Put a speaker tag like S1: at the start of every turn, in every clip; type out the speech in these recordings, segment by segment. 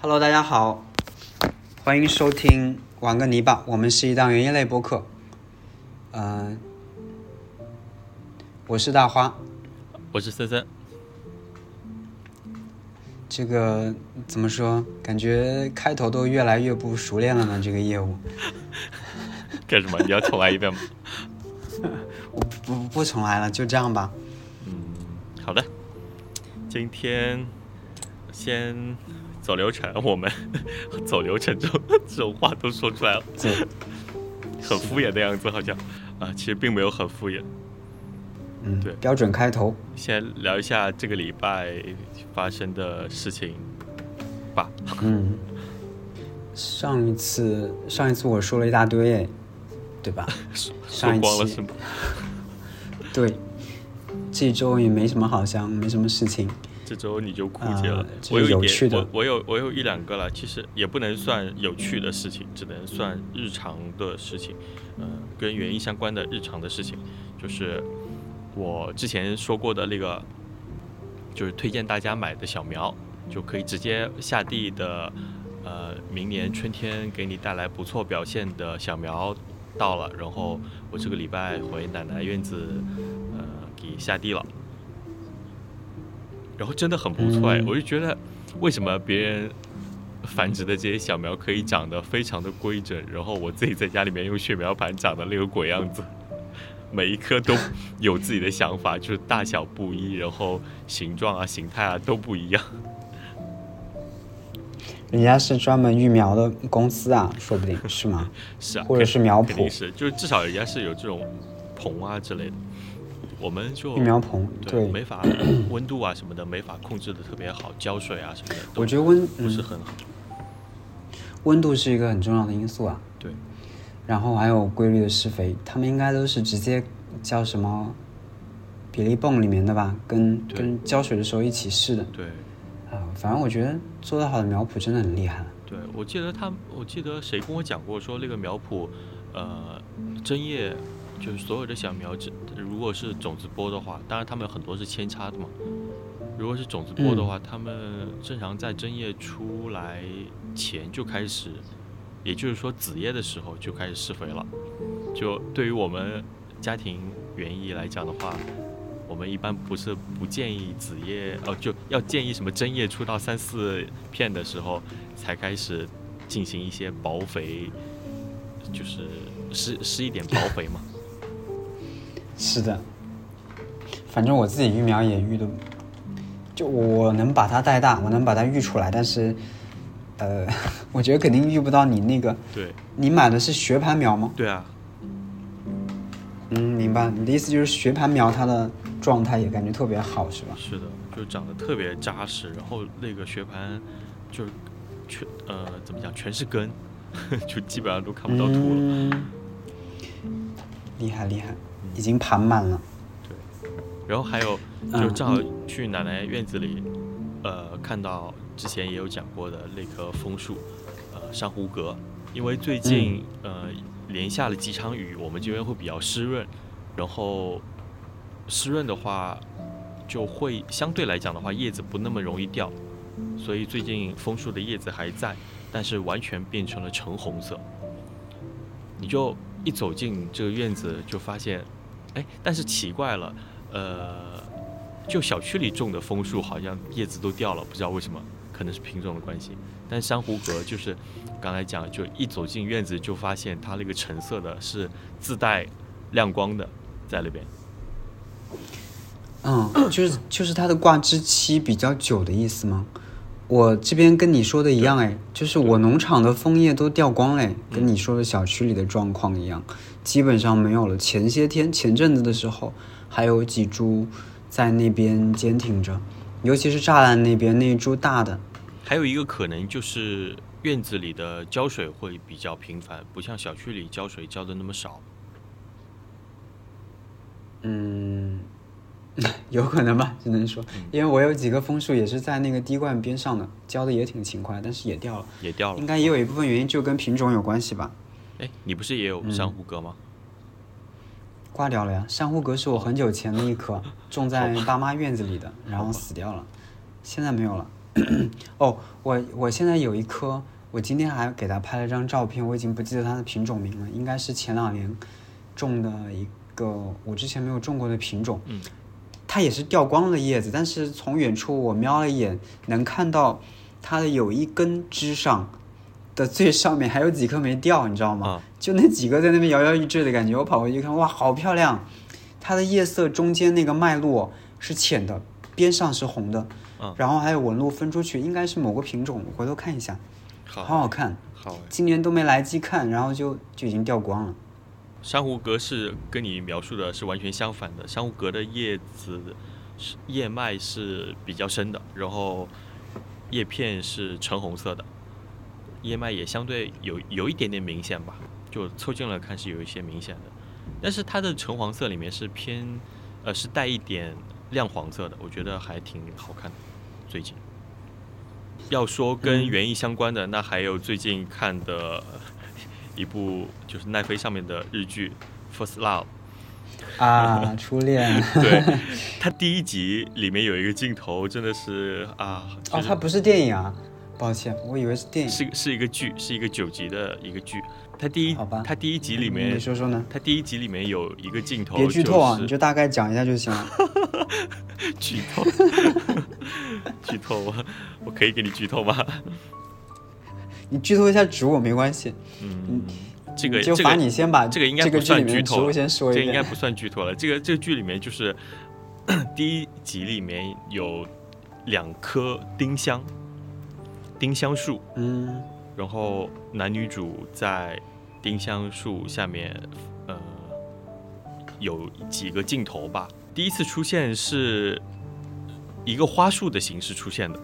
S1: Hello，大家好，欢迎收听《玩个泥巴》，我们是一档园艺类播客。嗯、我是大花。
S2: 我是森森，
S1: 这个怎么说？感觉开头都越来越不熟练了呢。这个业务，
S2: 干什么？你要重来一 遍吗？
S1: 我不不不重来了，就这样吧。嗯
S2: 嗯好的，今天先走流程，我们 走流程这种这种话都说出来了，
S1: 走，
S2: 很敷衍的样子好像啊，其实并没有很敷衍。
S1: 嗯，
S2: 对
S1: 标准开头。
S2: 先聊一下这个礼拜发生的事情吧。
S1: 嗯，上一次上一次我说了一大堆，哎对吧？
S2: 说
S1: 上一
S2: 光了
S1: 期
S2: 是吗？
S1: 对，这周也没什么好像没什么事情。
S2: 这周你就枯竭了。
S1: 啊这
S2: 我有
S1: 是有
S2: 一
S1: 趣
S2: 点，
S1: 的
S2: 我我有我有一两个了，其实也不能算有趣的事情，只能算日常的事情，嗯、跟园艺相关的日常的事情，就是我之前说过的那个，就是推荐大家买的小苗，就可以直接下地的，呃，明年春天给你带来不错表现的小苗到了，然后我这个礼拜回奶奶院子，呃，给下地了。然后真的很不错哎，
S1: 嗯
S2: 我就觉得为什么别人繁殖的这些小苗可以长得非常的规整，然后我自己在家里面用血苗盘长的那个鬼样子， 每一颗都有自己的想法，就是大小不一，然后形状啊、形态啊都不一样。
S1: 人家是专门育苗的公司 啊，说不定是吗？
S2: 是啊，
S1: 或者是苗
S2: 肯定
S1: 圃、
S2: 是，就是至少人家是有这种棚啊之类的，我们就
S1: 育苗棚。
S2: 对
S1: 对，
S2: 没法温度啊什么的没法控制的特别好，浇水啊什么的都
S1: 我觉得温
S2: 不是
S1: 嗯
S2: 很好。
S1: 温度是一个很重要的因素啊，
S2: 对，
S1: 然后还有规律的施肥，他们应该都是直接叫什么比例泵里面的吧，跟
S2: 对
S1: 跟浇水的时候一起试的
S2: 对。
S1: 啊。反正我觉得做得好的苗圃真的很厉害了。
S2: 对，我记得他，我记得谁跟我讲过，说那个苗圃，呃，针叶就是所有的小苗，这如果是种子播的话，当然他们很多是扦插的嘛。如果是种子播的话，他们正常在针叶出来前就开始，也就是说子叶的时候就开始施肥了。就对于我们家庭园艺来讲的话，我们一般不是不建议子叶，哦，就要建议什么针叶出到三四片的时候才开始进行一些薄肥，就是施施一点薄肥嘛。
S1: 是的，反正我自己育苗也育的，就我能把它带大，我能把它育出来，但是，呃， 我觉得肯定育不到你那个。
S2: 对
S1: 你买的是学盘苗吗？
S2: 对啊，
S1: 嗯，明白。你的意思就是学盘苗它的状态也感觉特别好，是吧？
S2: 是的，就长得特别扎实，然后那个学盘就是全呃怎么讲，全是根， 就基本上都看不到图了。
S1: 嗯厉害厉害，已经盘满了。
S2: 然后还有就
S1: 嗯
S2: 正好去奶奶院子里，呃，看到之前也有讲过的那棵枫树，呃，珊瑚阁，因为最近、呃连下了几场雨，我们这边会比较湿润，然后湿润的话，就会相对来讲的话，叶子不那么容易掉，所以最近枫树的叶子还在，但是完全变成了橙红色。你就一走进这个院子，就发现，哎，但是奇怪了，呃，就小区里种的枫树好像叶子都掉了，不知道为什么，可能是品种的关系。但珊瑚阁就是刚才讲，就一走进院子就发现它那个橙色的是自带亮光的，在那边。
S1: 嗯，就是就是它的挂枝期比较久的意思吗？我这边跟你说的一样哎，就是我农场的枫叶都掉光嘞，跟你说的小区里的状况一样，基本上没有了。前些天前阵子的时候，还有几株在那边坚挺着，尤其是栅栏那边那一株大的，
S2: 还有一个可能就是院子里的浇水会比较频繁，不像小区里浇水浇的那么少。
S1: 嗯，有可能吧，只能说，因为我有几个枫树也是在那个滴灌边上的，浇的也挺勤快，但是也掉了，
S2: 也掉了
S1: 应。该也有一部分原因就跟品种有关系吧。
S2: 哎，你不是也有珊瑚阁吗？
S1: 挂掉了呀。珊瑚阁是我很久前的一棵，种在爸妈院子里的，然后死掉了，现在没有了。 哦，我我现在有一棵，我今天还给它拍了张照片，我已经不记得它的品种名了，应该是前两年种的一个我之前没有种过的品种。
S2: 嗯，
S1: 它也是掉光了叶子，但是从远处我瞄了一眼，能看到它的有一根枝上的最上面还有几颗没掉，你知道吗？
S2: 啊，
S1: 就那几个在那边摇摇欲坠的感觉。我跑过去看，哇，好漂亮！它的叶色中间那个脉络是浅的，边上是红的，
S2: 嗯
S1: 然后还有纹路分出去，应该是某个品种。我回头看一下，好
S2: 好
S1: 好看。
S2: 好。
S1: 今年都没来及看，然后就就已经掉光了。
S2: 珊瑚格是跟你描述的是完全相反的。珊瑚格的叶子是叶脉是比较深的，然后叶片是橙红色的，叶脉也相对有有一点点明显吧，就凑近了看是有一些明显的。但是它的橙黄色里面是偏呃是带一点亮黄色的，我觉得还挺好看的。最近要说跟
S1: 嗯
S2: 园艺相关的，那还有最近看的呃一部就是奈飞上面的日剧《First Love
S1: 啊，初 恋。》，
S2: 对，它第一集里面有一个镜头真的是啊，就
S1: 哦，
S2: 是
S1: 它不是电影啊，抱歉，我以为是电影。
S2: 是是一个剧，是一个九集的一个剧。它第一
S1: 好吧
S2: 它第一集里
S1: 你
S2: 面，
S1: 说说呢？
S2: 它第一集里面有一个镜头，
S1: 别剧透啊，
S2: 就
S1: 你
S2: 是
S1: 就大概讲一下就行 了。
S2: 剧透，剧透，我我可以给你剧透 吗？
S1: 你剧透一下植物没关系，
S2: 嗯，这个
S1: 就
S2: 这
S1: 罚
S2: 个
S1: 你先把
S2: 这个应该
S1: 这
S2: 不
S1: 个剧里
S2: 算
S1: 面
S2: 剧
S1: 的植
S2: 透
S1: 物
S2: 了，
S1: 先说一
S2: 这个应该
S1: 遍。
S2: 不算剧透了。这个这个剧里面就是第一集里面有两棵丁香，丁香树，
S1: 嗯。
S2: 然后男女主在丁香树下面，呃，有几个镜头吧。第一次出现是一个花束的形式出现的，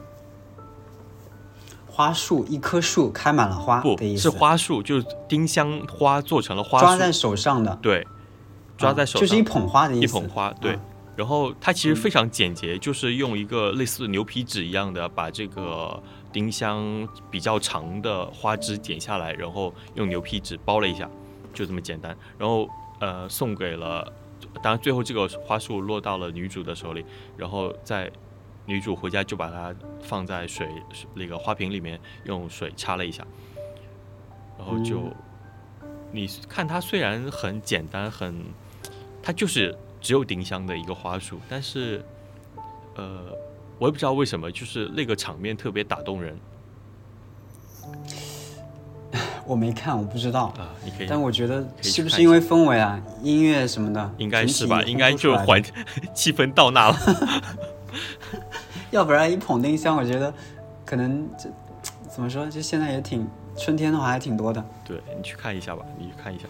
S1: 花束，一棵树开满了花
S2: 不
S1: 的意思，
S2: 是花束，就是丁香花做成了花
S1: 抓
S2: 束，
S1: 在手上的，
S2: 对，抓在
S1: 啊
S2: 手上，
S1: 就是一捧花的意
S2: 一
S1: 思。
S2: 捧花，对。
S1: 啊
S2: 然后它其实非常简洁，就是用一个类似牛皮纸一样的，把这个丁香比较长的花枝剪下来，然后用牛皮纸包了一下，就这么简单。然后呃，送给了，当然最后这个花束落到了女主的手里，然后在女主回家就把它放在水水那个花瓶里面，用水插了一下，然后就、
S1: 嗯
S2: 你看它虽然很简单，很它就是只有丁香的一个花束，但是呃，我也不知道为什么，就是那个场面特别打动人
S1: 我没看，我不知道
S2: 啊、，你可以。
S1: 但我觉得
S2: 可以去
S1: 是不
S2: 看
S1: 是
S2: 一
S1: 因为氛围啊，音乐什么的，
S2: 应该是
S1: 整
S2: 吧，
S1: 体
S2: 应该就
S1: 烘托
S2: 是
S1: 出来
S2: 环 气氛到那了。
S1: 的，要不然一捧丁香，我觉得可能这怎么说，就现在也挺春天的话还挺多的。
S2: 对你去看一下吧，你去看一下，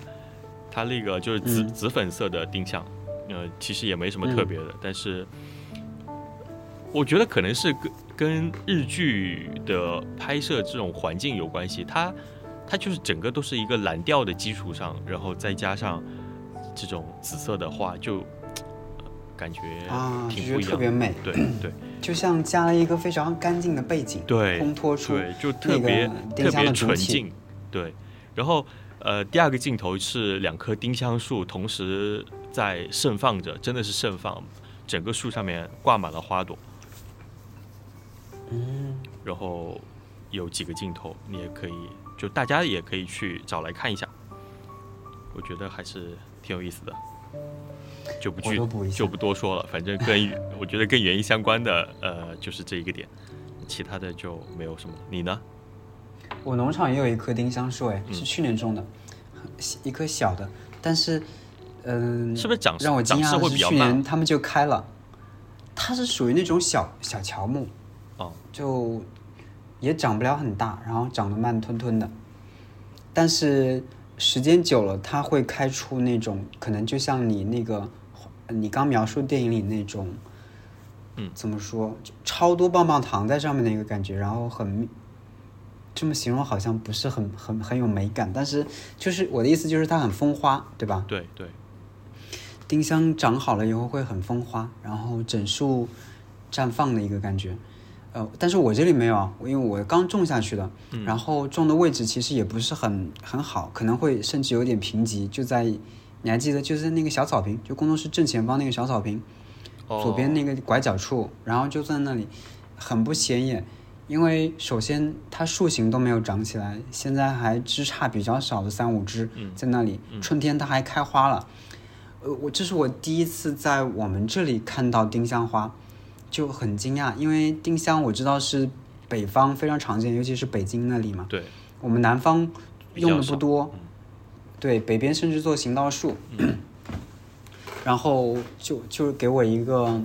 S2: 它那个就是紫、
S1: 嗯
S2: 紫粉色的丁香，呃，其实也没什么特别的，但是我觉得可能是跟跟日剧的拍摄这种环境有关系，它它就是整个都是一个蓝调的基础上，然后再加上这种紫色的话，就、呃感觉
S1: 啊
S2: 挺
S1: 就
S2: 不一
S1: 觉得特
S2: 样
S1: 别美
S2: 的。对对
S1: 就像加了一个非常干净的背景，烘
S2: 对
S1: 托出
S2: 对，就特
S1: 那
S2: 别、
S1: 个丁
S2: 特
S1: 香
S2: 别
S1: 的主
S2: 纯
S1: 体。
S2: 净，对。然后呃，第二个镜头是两棵丁香树同时在盛放着，真的是盛放，整个树上面挂满了花朵。
S1: 嗯，
S2: 然后有几个镜头，你也可以，就大家也可以去找来看一下，我觉得还是挺有意思的。就不
S1: 我
S2: 去
S1: 都补一下
S2: 就不多说了，反正跟 我觉得跟园艺相关的，呃，就是这一个点，其他的就没有什么了。你呢？
S1: 我农场也有一棵丁香树，哎，
S2: 嗯
S1: 是去年种的，一棵小的，但是，嗯、
S2: 是不是长势
S1: 让我惊
S2: 长势
S1: 讶的
S2: 会
S1: 是
S2: 比较
S1: 去
S2: 慢
S1: 年他们就开了，它是属于那种小小乔木，
S2: 哦，
S1: 就也长不了很大，然后长得慢吞吞的，但是时间久了，它会开出那种可能就像你那个呃你刚描述电影里那种，
S2: 嗯，
S1: 怎么说，就超多棒棒糖在上面的一个感觉，然后很。这么形容好像不是很很很有美感，但是就是我的意思就是它很风花，对吧？
S2: 对对，
S1: 丁香长好了以后会很风花，然后整树绽放的一个感觉。呃，但是我这里没有啊，因为我刚种下去的，
S2: 嗯
S1: 然后种的位置其实也不是很很好，可能会甚至有点贫瘠，就在你还记得就是那个小草坪，就工作室正前方那个小草坪，
S2: 哦
S1: 左边那个拐角处，然后就在那里很不显眼，因为首先它树形都没有长起来，现在还枝杈比较少的三五枝
S2: 嗯
S1: 在那里，春天它还开花了。呃，我这是我第一次在我们这里看到丁香花，就很惊讶，因为丁香我知道是北方非常常见，尤其是北京那里嘛，
S2: 对，
S1: 我们南方
S2: 比较
S1: 用的不
S2: 少
S1: 多，
S2: 嗯
S1: 对，北边甚至做行道 树，然后就就给我一个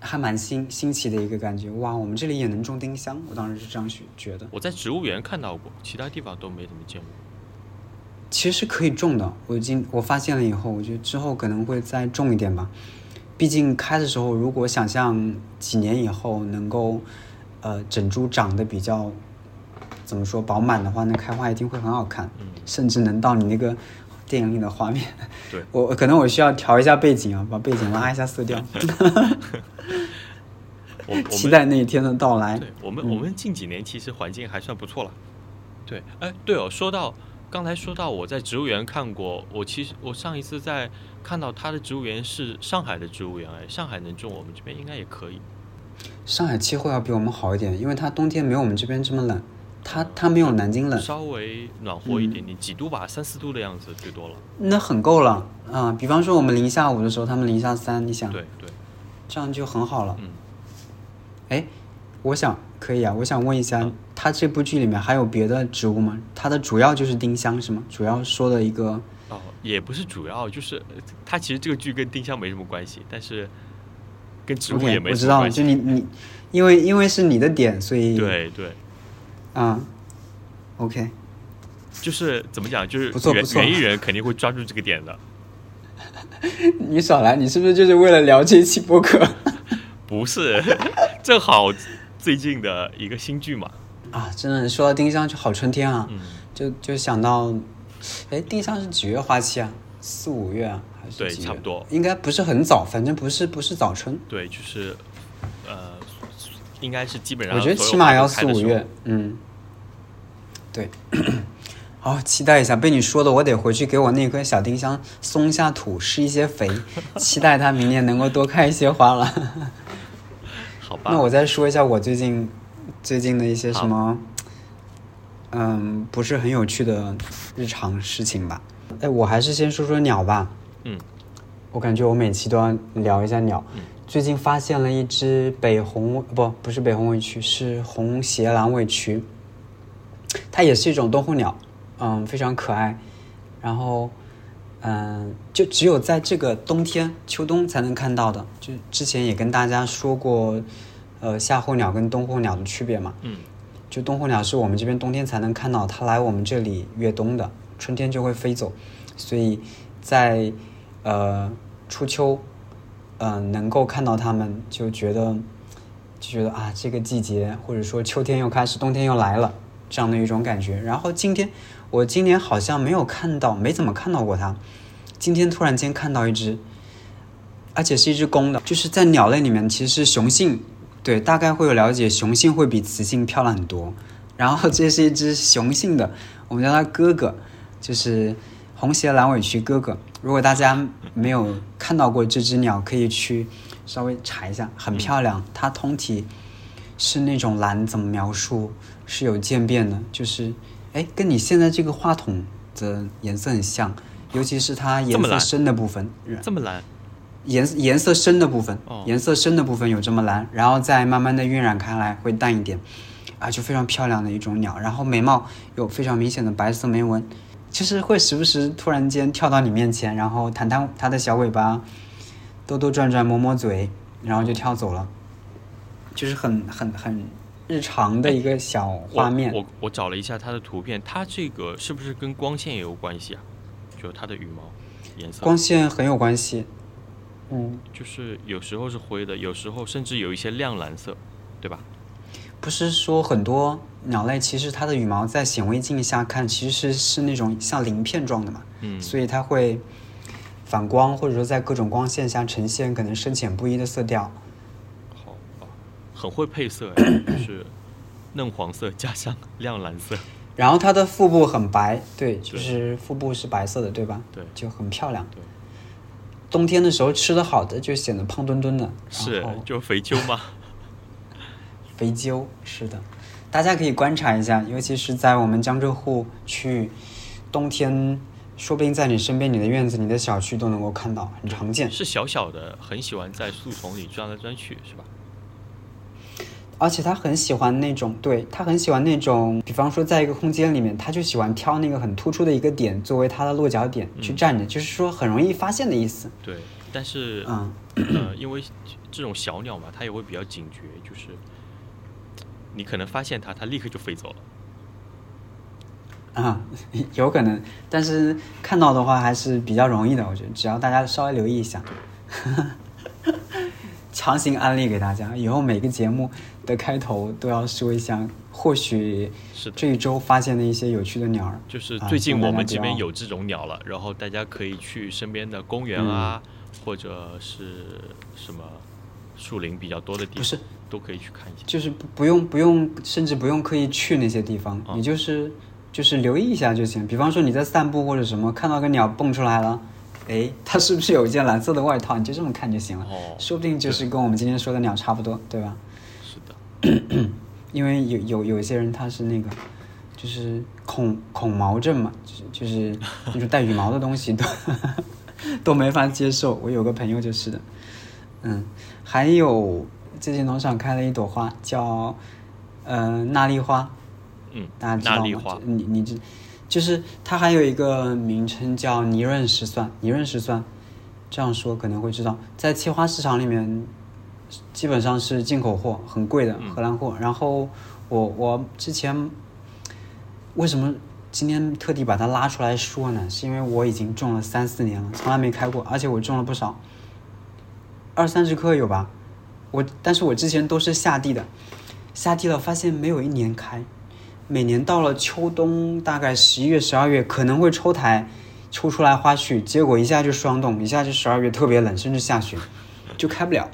S1: 还蛮新新奇的一个感觉，哇，我们这里也能种丁香，我当时是这样去觉得，
S2: 我在植物园看到过，其他地方都没怎么见过。
S1: 其实是可以种的，我已经我发现了以后，我觉得之后可能会再种一点吧，毕竟开的时候如果想象几年以后能够，呃，整株长得比较怎么说饱满的话，那开花一定会很好看。
S2: 嗯，
S1: 甚至能到你那个电影里的画面。
S2: 对，
S1: 我可能我需要调一下背景啊，把背景拉一下色调，
S2: 我我
S1: 期
S2: 们
S1: 待那一天的到来。
S2: 对我们
S1: 嗯
S2: 我们近几年其实环境还算不错了。对，哎，对哦，说到刚才说到我在植物园看过，我其实我上一次在看到它的植物园是上海的植物园，哎，上海能种，我们这边应该也可以。
S1: 上海气候要比我们好一点，因为它冬天没有我们这边这么冷，它它没有南京冷，
S2: 稍微暖和一
S1: 嗯
S2: 点点，几度吧，三四度的样子最多了。
S1: 那很够了啊、比方说我们零下五的时候，他们零下三，你想，
S2: 对对，
S1: 这样就很好了。
S2: 嗯，
S1: 哎，我想可以啊，我想问一下
S2: 嗯，
S1: 它这部剧里面还有别的植物吗？它的主要就是丁香是吗？主要说的一个
S2: 哦，也不是主要，就是呃它其实这个剧跟丁香没什么关系，但是跟植物
S1: OK，
S2: 也没
S1: 我
S2: 什
S1: 知
S2: 么
S1: 道了，
S2: 关系。
S1: 就你你，因为因为是你的点，所以
S2: 对对，
S1: 啊、o k
S2: 就是怎么讲，就是
S1: 不错
S2: 原
S1: 不错
S2: 原艺人肯定会抓住这个点的，
S1: 你少来，你是不是就是为了聊这期播客
S2: 不是？ 正好最近的一个新剧嘛，
S1: 啊？真的说到丁香就好春天啊，
S2: 嗯，
S1: 就就想到，哎，丁香是几月花期啊？四五月啊，还是
S2: 对
S1: 几月
S2: 差不多
S1: 应该不是很早，反正不是不是早春，
S2: 对，就是呃，应该是基本上
S1: 我觉得
S2: 所有
S1: 起码
S2: 花都
S1: 要
S2: 开
S1: 四
S2: 的
S1: 五
S2: 时候
S1: 月，嗯，对。 好，期待一下。被你说的，我得回去给我那棵小丁香松一下土，施一些肥， 期待它明年能够多开一些花了。
S2: 好吧？
S1: 那我再说一下我最近最近的一些
S2: 好
S1: 什么，嗯，不是很有趣的日常事情吧。哎，我还是先说说鸟吧。
S2: 嗯，
S1: 我感觉我每期都要聊一下鸟。
S2: 嗯
S1: 最近发现了一只北红不不是北红尾鸲，是红斜蓝尾鸲，它也是一种东湖鸟，嗯，非常可爱。然后，嗯，就只有在这个冬天、秋冬才能看到的。就之前也跟大家说过，呃，夏候鸟跟冬候鸟的区别嘛。
S2: 嗯，
S1: 就冬候鸟是我们这边冬天才能看到，它来我们这里越冬的，春天就会飞走，所以在呃初秋，嗯、能够看到它们，就觉得就觉得啊，这个季节或者说秋天又开始，冬天又来了这样的一种感觉。然后今天我今年好像没有看到，没怎么看到过它，今天突然间看到一只，而且是一只公的，就是在鸟类里面，其实雄性对大概会有了解，雄性会比雌性漂亮很多。然后这是一只雄性的，我们叫它哥哥，就是红斜蓝尾鸲哥哥。如果大家没有看到过这只鸟，可以去稍微查一下，很漂亮。它通体是那种蓝，怎么描述？是有渐变的，就是哎，跟你现在这个话筒的颜色很像，尤其是它
S2: 这
S1: 颜
S2: 么
S1: 色
S2: 蓝
S1: 深的部分。
S2: 这么蓝，
S1: 颜颜色深的部分，
S2: 哦
S1: 颜色深的部分有这么蓝，然后再慢慢的晕染开来，会淡一点，啊，就非常漂亮的一种鸟。然后眉毛有非常明显的白色眉纹，就是会时不时突然间跳到你面前，然后弹弹它的小尾巴，兜兜转转，抹抹嘴，然后就跳走了，就是很很很日常的一个小画面。
S2: 我我我找了一下它的图片，它这个是不是跟光线也有关系啊？就它的羽毛颜色，
S1: 光线很有关系，嗯，
S2: 就是有时候是灰的，有时候甚至有一些亮蓝色，对吧？
S1: 不是说很多鸟类其实它的羽毛在显微镜下看，其实是是那种像鳞片状的嘛，
S2: 嗯，
S1: 所以它会反光，或者说在各种光线下呈现可能深浅不一的色调。
S2: 好吧，很会配色哎，就是嫩黄色加上 亮蓝色，
S1: 然后它的腹部很白，对，就
S2: 对
S1: 是腹部是白色的，对吧？
S2: 对
S1: 就很漂亮。
S2: 对，
S1: 冬天的时候吃的好的就显得胖墩墩的，
S2: 是
S1: 然后
S2: 就肥秋嘛，
S1: 肥鸠，是的，大家可以观察一下，尤其是在我们江浙沪区域，冬天说不定在你身边、你的院子、你的小区都能够看到，很常见。
S2: 是小小的，很喜欢在树丛里钻来钻去，是吧？
S1: 而且他很喜欢那种，对他很喜欢那种，比方说在一个空间里面，他就喜欢挑那个很突出的一个点作为他的落脚点去站着，就是说很容易发现的意思。
S2: 对，但是
S1: 嗯，
S2: 呃，因为这种小鸟嘛，它也会比较警觉，就是你可能发现它，它立刻就飞走了。
S1: 啊， 有可能，但是看到的话还是比较容易的，我觉得只要大家稍微留意一下。 强行安利给大家，以后每个节目的开头都要说一下，或许
S2: 是的，
S1: 这一周发现的一些有趣的鸟儿。
S2: 就是
S1: 啊
S2: 最近
S1: 希望
S2: 我
S1: 大
S2: 们
S1: 家
S2: 这
S1: 不
S2: 边
S1: 要
S2: 有这种鸟了，然后大家可以去身边的公园啊，
S1: 嗯
S2: 或者是什么树林比较多的地
S1: 不是
S2: 方，都可以去看一下。
S1: 就是不不用不用，甚至不用刻意去那些地方，
S2: 啊
S1: 你就是就是留意一下就行。比方说你在散步或者什么，看到个鸟蹦出来了，诶，它是不是有一件蓝色的外套？你就这么看就行了，
S2: 哦，
S1: 说不定就是跟我们今天说的鸟差不多，对吧？
S2: 是的，
S1: 因为有有有一些人他是那个，就是恐恐毛症嘛，就是就是那种带羽毛的东西都 都没法接受。我有个朋友就是的，嗯，还有最近农场开了一朵花叫呃纳丽花，
S2: 嗯，
S1: 大家知道
S2: 纳
S1: 吗？
S2: 丽花
S1: 就，你你知，就是它还有一个名称叫泥润石蒜，泥润石蒜，这样说可能会知道，在切花市场里面，基本上是进口货，很贵的
S2: 嗯
S1: 荷兰货。然后我我之前为什么今天特地把它拉出来说呢？是因为我已经种了三四年了，从来没开过，而且我种了不少，二三十棵有吧。我但是我之前都是下地的，下地了发现没有一年开，每年到了秋冬，大概十一月、十二月可能会抽台，抽出来花絮，结果一下就霜冻，一下就十二月特别冷，甚至下雪，就开不了，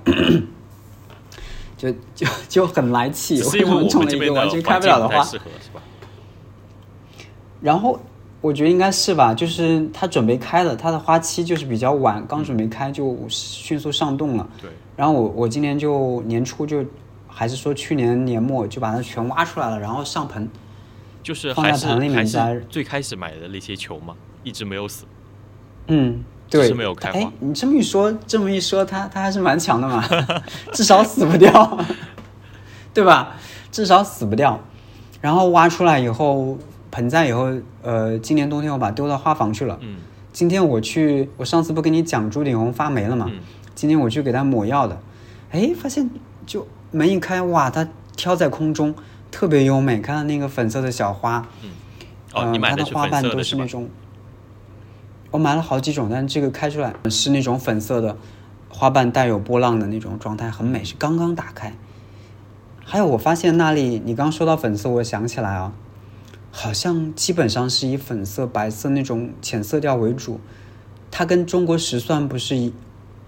S1: 就就就很来气。
S2: 只是因为
S1: 我
S2: 我
S1: 种
S2: 们
S1: 了
S2: 这
S1: 一个完全
S2: 边的环境
S1: 开不了的
S2: 太
S1: 花，
S2: 适合，是吧？
S1: 然后我觉得应该是吧，就是它准备开了，它的花期就是比较晚，刚准备开就迅速上冻了。
S2: 对，
S1: 然后我我今年就年初就，还是说去年年末就把它全挖出来了，然后上盆。
S2: 就是
S1: 放
S2: 还
S1: 在
S2: 是
S1: 盆里面
S2: 还是
S1: 再
S2: 最开始买的那些球嘛，一直没有死。
S1: 嗯，
S2: 只
S1: 对，
S2: 是没有开花
S1: 哎，你这么一说，这么一说，它它还是蛮强的嘛， 至少死不掉， 对吧？至少死不掉。然后挖出来以后，盆栽以后，呃，今年冬天我把它丢到花房去了。
S2: 嗯
S1: 今天我去，我上次不跟你讲朱顶红发霉了吗？
S2: 嗯，
S1: 今天我去给它抹药的，哎，发现就门一开，哇，它飘在空中，特别优美，看到那个粉色的小花，
S2: 哦，
S1: 嗯
S2: 你买
S1: 它的
S2: 是
S1: 花
S2: 粉
S1: 瓣
S2: 色
S1: 都
S2: 的
S1: 是
S2: 吧
S1: 那？种，我买了好几种，但是这个开出来是那种粉色的，花瓣带有波浪的那种状态，很美，是刚刚打开。还有我发现那里，你刚说到粉色，我想起来啊，好像基本上是以粉色、白色那种浅色调为主，它跟中国石蒜不是一，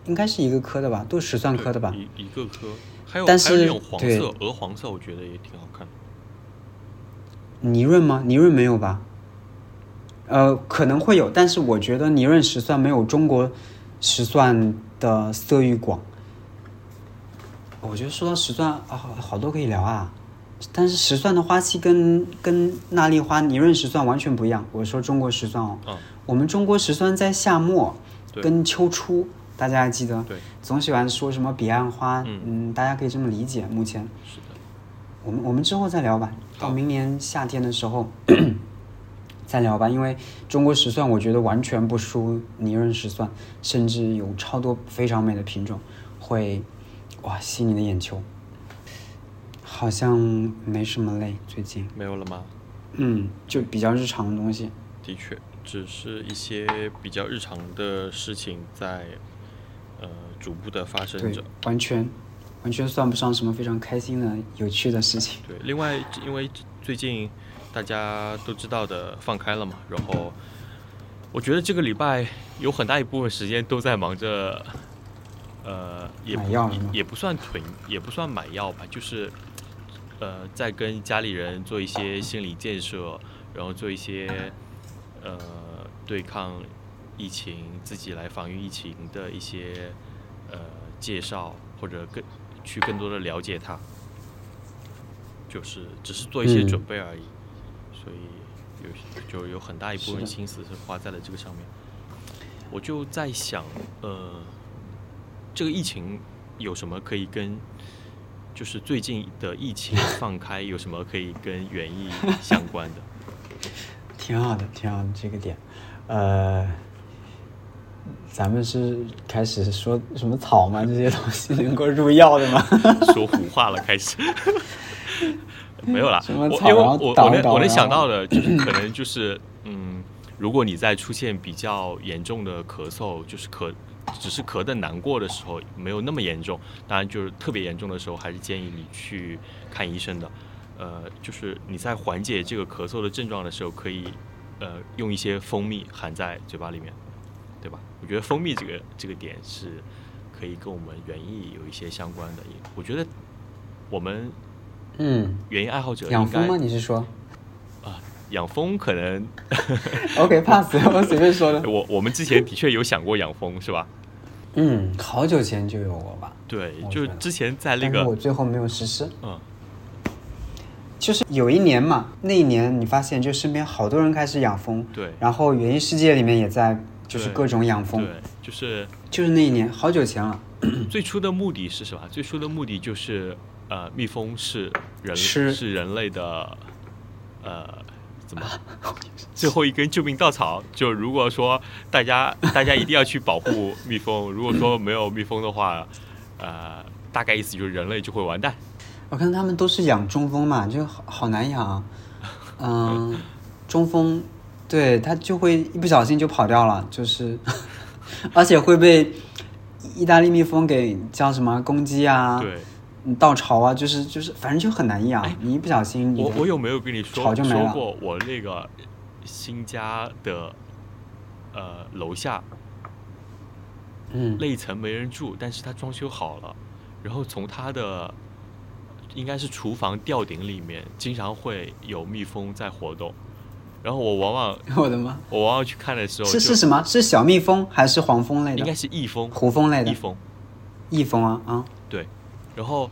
S1: 应该是一个科的吧，都是石蒜科的吧？
S2: 一一个科，还有
S1: 但
S2: 还有
S1: 是
S2: 那种黄
S1: 对
S2: 色、鹅黄色，我觉得也挺好看的。
S1: 泥润吗？泥润没有吧？呃，可能会有，但是我觉得泥润石蒜没有中国石蒜的色域广。我觉得说到石蒜啊，好好多可以聊啊。但是石蒜的花期跟跟纳丽花、泥润石蒜完全不一样。我说中国石蒜哦，
S2: 嗯，
S1: 我们中国石蒜在夏末
S2: 对
S1: 跟秋初，大家还记得？
S2: 对，
S1: 总喜欢说什么彼岸花，
S2: 嗯
S1: 嗯，大家可以这么理解。目前，
S2: 是的，
S1: 我们我们之后再聊吧，
S2: 好
S1: 到明年夏天的时候再聊吧，因为中国石蒜我觉得完全不输泥润石蒜，甚至有超多非常美的品种，会哇吸你的眼球。好像没什么累，最近，
S2: 没有了吗？
S1: 嗯，就比较日常的东西，
S2: 的确，只是一些比较日常的事情在呃逐步的发生
S1: 对
S2: 着。，
S1: 完全完全算不上什么非常开心的、有趣的事情。
S2: 对，另外因为最近大家都知道的放开了嘛，然后我觉得这个礼拜有很大一部分时间都在忙着，呃，也
S1: 买
S2: 不
S1: 药是吗
S2: 也不算囤，也不算买药吧，就是呃，在跟家里人做一些心理建设，然后做一些呃对抗疫情、自己来防御疫情的一些呃介绍，或者更去更多的了解它。就是只是做一些
S1: 嗯
S2: 准备而已，所以有就有很大一部
S1: 是
S2: 分
S1: 的
S2: 心思是花在了这个上面。我就在想，呃，这个疫情有什么可以跟，就是最近的疫情放开有什么可以跟园艺相关的？
S1: 挺好的，挺好的这个点，呃，咱们是开始说什么草吗？这些东西能够入药的吗？
S2: 说胡话了，开始。没有啦，
S1: 嗯什
S2: 我
S1: 么
S2: 因
S1: 草
S2: 为
S1: 然后
S2: 我我
S1: 倒啊
S2: 能
S1: 倒
S2: 我能
S1: 然后
S2: 想到 的，就是可能就是嗯，如果你在出现比较严重的咳嗽，就是咳，只是咳的难过的时候，没有那么严重，当然就是特别严重的时候，还是建议你去看医生的。呃，就是你在缓解这个咳嗽的症状的时候，可以呃用一些蜂蜜含在嘴巴里面，对吧？我觉得蜂蜜这个这个点是可以跟我们园艺有一些相关的。也我觉得我们
S1: 嗯，
S2: 园艺爱好者
S1: 养
S2: 应该呃
S1: 蜂吗？你是说
S2: 养蜂 可能，
S1: ？OK pass，我 随便说的。
S2: 我我们之前的确有想过养蜂，是 吧？
S1: 嗯，好久前就有过吧，
S2: 对，
S1: 我
S2: 就
S1: 觉得
S2: 之前在那
S1: 但是我
S2: 个，
S1: 最后没有实施。
S2: 嗯，
S1: 就是有一年嘛，那一年你发现就身边好多人开始养蜂，
S2: 对
S1: 然后园艺世界里面也在就是
S2: 对
S1: 各种养蜂，
S2: 对， 就是
S1: 就是那一年好久前了，
S2: 最初的目的是什么？最初的目的就是，呃，蜜蜂是人
S1: 吃
S2: 是人类的，呃，怎么最后一根救命稻草？就如果说大家大家一定要去保护蜜蜂，如果说没有蜜蜂的话，呃，大概意思就是人类就会完蛋。
S1: 我看他们都是养中蜂嘛，就好好难养啊，嗯，中蜂，对它就会一不小心就跑掉了，就是，而且会被意大利蜜蜂给叫什么公鸡啊，
S2: 对，哎
S1: 稻草啊，就是就是反正就很难养，你一不小心你
S2: 我
S1: 的
S2: 我有没有跟你说
S1: 草就没
S2: 说
S1: 了
S2: 过我那个新家的呃楼下
S1: 嗯
S2: 那一层没人住，但是他装修好了，然后从他的应该是厨房吊顶里面，经常会有蜜蜂在活动，然后我往往
S1: 我的妈，
S2: 我往往去看的时候就是
S1: 是什么？是小蜜蜂还是黄蜂类
S2: 应该
S1: 的？
S2: 是蜜蜂，
S1: 胡蜂类
S2: 蜜
S1: 的？
S2: 蜂
S1: 蜜蜂啊啊！
S2: 对，然后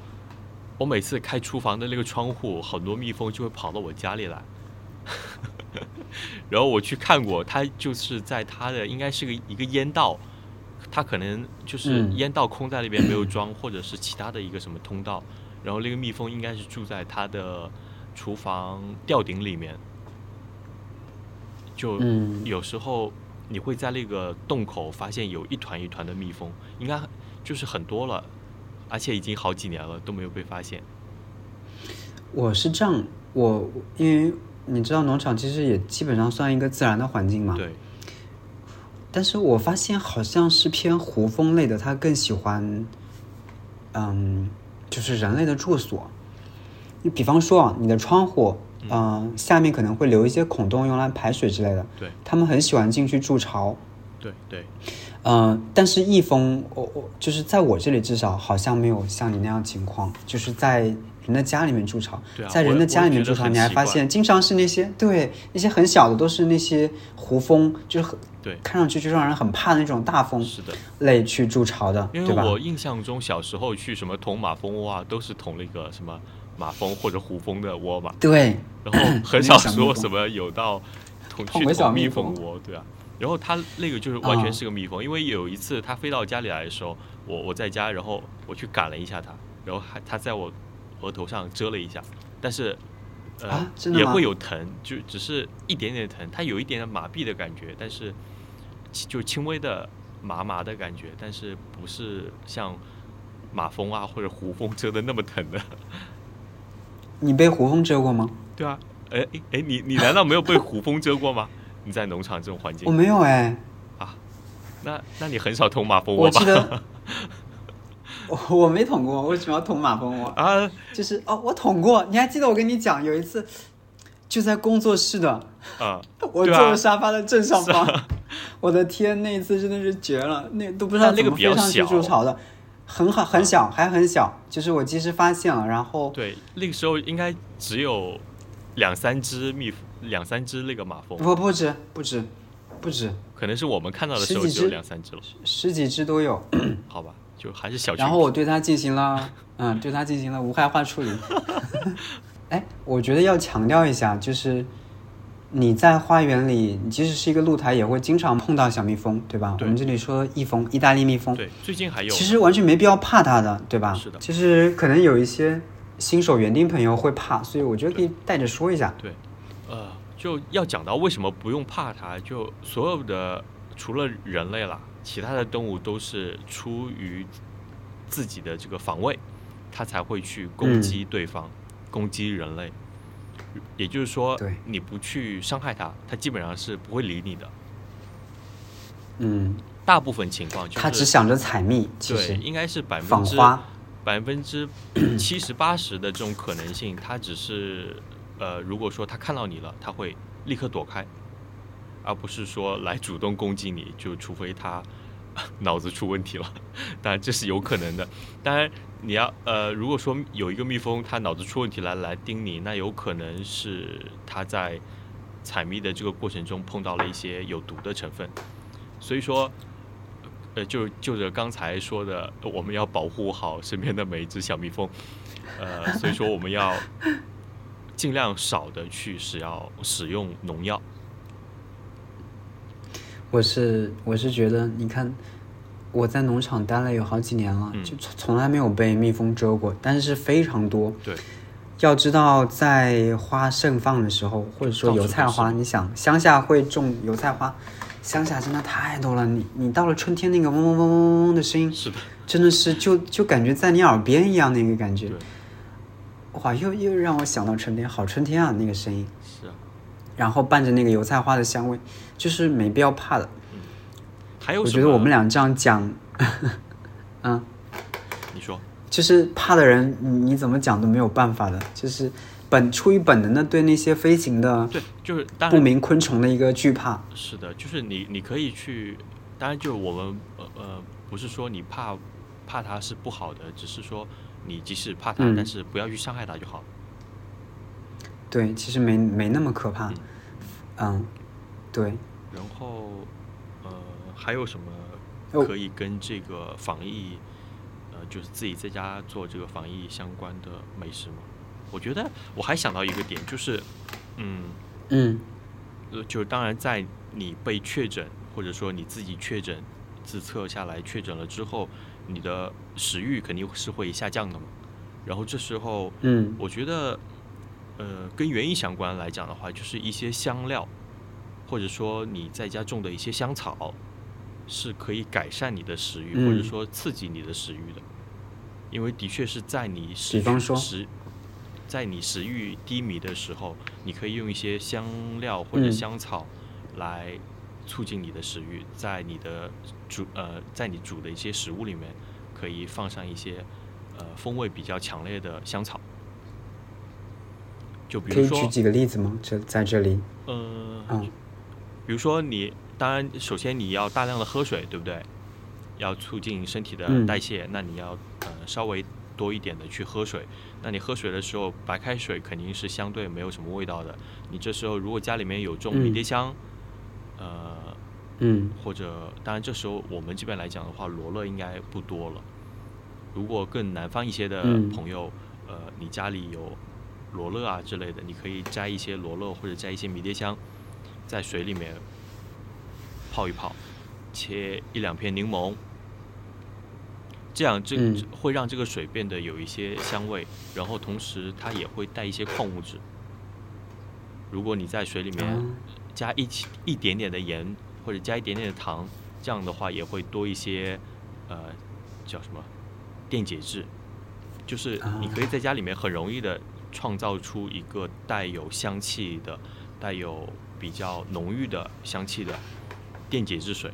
S2: 我每次开厨房的那个窗户，很多蜜蜂就会跑到我家里来。 然后我去看过，它就是在它的应该是个一个烟道，它可能就是
S1: 嗯
S2: 烟道空在那边没有装，或者是其他的一个什么通道。然后那个蜜蜂应该是住在它的厨房吊顶里面，就
S1: 嗯
S2: 有时候你会在那个洞口发现有一团一团的蜜蜂，应该就是很多了，而且已经好几年了都没有被发现。
S1: 我是这样，我因为你知道，农场其实也基本上算一个自然的环境嘛。。
S2: 对，
S1: 但是我发现好像是偏胡蜂类的，它更喜欢，嗯，就是人类的住所。你比方说啊，你的窗户，嗯、下面可能会留一些孔洞，用来排水之类的。
S2: 对，
S1: 它们很喜欢进去筑巢。
S2: 对，对，
S1: 嗯、但是蜜蜂，我、我就是在我这里至少好像没有像你那样情况，就是在人的家里面筑巢，
S2: 对啊
S1: 在人
S2: 我
S1: 的家里面筑
S2: 我
S1: 巢，
S2: 觉得很
S1: 你还
S2: 奇怪
S1: 发现经常是那些对那些很小的，都是那些胡蜂，就是很
S2: 对，
S1: 看上去就让人很怕的那种大蜂
S2: 是的。
S1: 类去筑巢的，
S2: 因
S1: 对
S2: 为
S1: 吧？
S2: 我印象中小时候去什么捅马蜂窝啊，都是捅那个什么马蜂或者胡蜂的窝嘛，
S1: 对，
S2: 然后
S1: 那
S2: 很少
S1: 个小蜜
S2: 说
S1: 蜂
S2: 什么有到捅
S1: 捅
S2: 去
S1: 个
S2: 捅
S1: 小
S2: 蜜
S1: 蜜
S2: 蜂
S1: 蜂
S2: 窝，对啊。然后它那个就是完全
S1: 啊
S2: 是个蜜蜂，因为有一次它飞到家里来的时候，我我在家，然后我去赶了一下它，然后还它在我额头上蛰了一下，但是呃、
S1: 啊真的
S2: 也
S1: 吗
S2: 会有疼，就只是一点点疼，它有一点点麻痹的感觉，但是其就轻微的麻麻的感觉，但是不是像马蜂啊或者胡蜂蛰的那么疼的。
S1: 你被胡蜂蛰过吗？
S2: 对啊，哎哎哎，你你难道没有被胡蜂蛰过吗？ 你在农场这种环
S1: 我
S2: 境
S1: 没有哎，
S2: 啊，那那你很少捅马蜂
S1: 我
S2: 窝吧
S1: 记？得我我没捅过，为什么要捅马蜂窝？
S2: 啊，
S1: 就是哦，我捅过，你还记得我跟你讲有一次，就在工作室的，
S2: 啊，
S1: 我
S2: 对
S1: 坐
S2: 啊
S1: 了沙发的正上方， 我的天，那一次真的是绝了，那都不知道
S2: 但那
S1: 怎
S2: 个
S1: 么
S2: 比较
S1: 飞上去
S2: 小嗯
S1: 筑巢的，很好，很小，还很小，就是我及时发现了，然后
S2: 对，那个时候应该只有两三只蜜，两三只那个马蜂，
S1: 不不止不止不止
S2: 可能是我们看到的时候
S1: 十几
S2: 只有
S1: 只
S2: 两三只了，
S1: 十几只都有，
S2: 好吧，就还是小群
S1: 然后
S2: 体。
S1: 我对它进行了，嗯，对它进行了无害化处理， 哎，我觉得要强调一下，就是你在花园里，你即使是一个露台，也会经常碰到小蜜蜂，对吧？
S2: 对
S1: 我们这里说蜜蜂，意大利蜜蜂，
S2: 对，最近还有
S1: 其实完全没必要怕它的，对吧？
S2: 是的
S1: 其实可能有一些新手园丁朋友会怕，所以我觉得可以带着说一下。
S2: 对，呃，就要讲到为什么不用怕它，就所有的除了人类啦，其他的动物都是出于自己的这个防卫，它才会去攻
S1: 嗯
S2: 击对方，攻击人类。也就是说
S1: 对，
S2: 你不去伤害它，它基本上是不会理你的。
S1: 嗯，
S2: 大部分情况就是
S1: 他只想着采蜜，其
S2: 对，
S1: 实
S2: 应该是百分
S1: 访
S2: 之
S1: 花，
S2: 百分之七十八十的这种可能性，它只是呃，如果说它看到你了，它会立刻躲开，而不是说来主动攻击你，就除非它脑子出问题了， 当然这是有可能的。当然你要呃，如果说有一个蜜蜂它脑子出问题来来叮你，那有可能是它在采蜜的这个过程中碰到了一些有毒的成分，所以说。呃，就就着刚才说的，我们要保护好身边的每一只小蜜蜂，呃，所以说我们要尽量少的去使要使用农药。
S1: 我是我是觉得，你看我在农场待了有好几年了，
S2: 嗯
S1: 就从从来没有被蜜蜂蛰过，但是非常多。
S2: 对，
S1: 要知道，在花盛放的时候，或者说
S2: 到处
S1: 油菜花，
S2: 都是
S1: 你想乡下会种油菜花，乡下真的太多了。你你到了春天，那个嗡嗡嗡嗡嗡嗡的声音，
S2: 是的，
S1: 真的是就就感觉在你耳边一样那个感觉
S2: 对。，
S1: 哇，又又让我想到春天，好春天啊，那个声音。
S2: 是啊。
S1: 然后伴着那个油菜花的香味，就是没必要怕的。
S2: 还有
S1: 我
S2: 什么？
S1: 觉得我们俩这样讲，嗯，
S2: 你说，
S1: 就是怕的人，你你怎么讲都没有办法的，就是本出于本能的对那些飞行的
S2: 对，就是当
S1: 不
S2: 然
S1: 明昆虫的一个惧怕。
S2: 是的，就是你你可以去，当然就是我们呃呃，不是说你怕怕它是不好的，只是说你即使怕它，
S1: 嗯
S2: 但是不要去伤害它就好了。
S1: 对，其实没没那么可怕
S2: 嗯。
S1: 嗯，对，
S2: 然后，呃，还有什么
S1: 哦
S2: 可以跟这个防疫，呃，就是自己在家做这个防疫相关的美食吗？我觉得我还想到一个点，就是，嗯，
S1: 嗯
S2: 呃，就是当然在你被确诊或者说你自己确诊自测下来确诊了之后，你的食欲肯定是会下降的嘛。然后这时候，
S1: 嗯
S2: 我觉得，呃，跟园艺相关来讲的话，就是一些香料，或者说你在家种的一些香草，是可以改善你的食欲，
S1: 嗯
S2: 或者说刺激你的食欲的。因为的确是在你食
S1: 比方说
S2: 食，在你食欲低迷的时候，你可以用一些香料或者
S1: 嗯
S2: 香草来促进你的食欲，在你的煮呃，在你煮的一些食物里面，可以放上一些呃风味比较强烈的香草。就比
S1: 可
S2: 如
S1: 以举
S2: 说，
S1: 几个例子吗？这在这里，
S2: 呃，
S1: 嗯
S2: 比如说你，当然首先你要大量的喝水，对不对？要促进身体的
S1: 嗯
S2: 代谢，那你要呃稍微多一点的去喝水。那你喝水的时候，白开水肯定是相对没有什么味道的。你这时候如果家里面有种迷
S1: 嗯
S2: 迭香，呃，
S1: 嗯
S2: 或者当然这时候我们这边来讲的话，罗勒应该不多了。如果更南方一些的
S1: 嗯
S2: 朋友，呃，你家里有罗勒啊之类的，你可以摘一些罗勒或者摘一些迷迭香，在水里面泡一泡，切一两片柠檬，这样这、
S1: 嗯
S2: 会让这个水变得有一些香味，然后同时它也会带一些矿物质。如果你在水里面
S1: 啊
S2: 加一起一点点的盐或者加一点点的糖，这样的话也会多一些呃叫什么电解质，就是
S1: 啊
S2: 你可以在家里面很容易的创造出一个带有香气的、带有比较浓郁的香气的电解质水，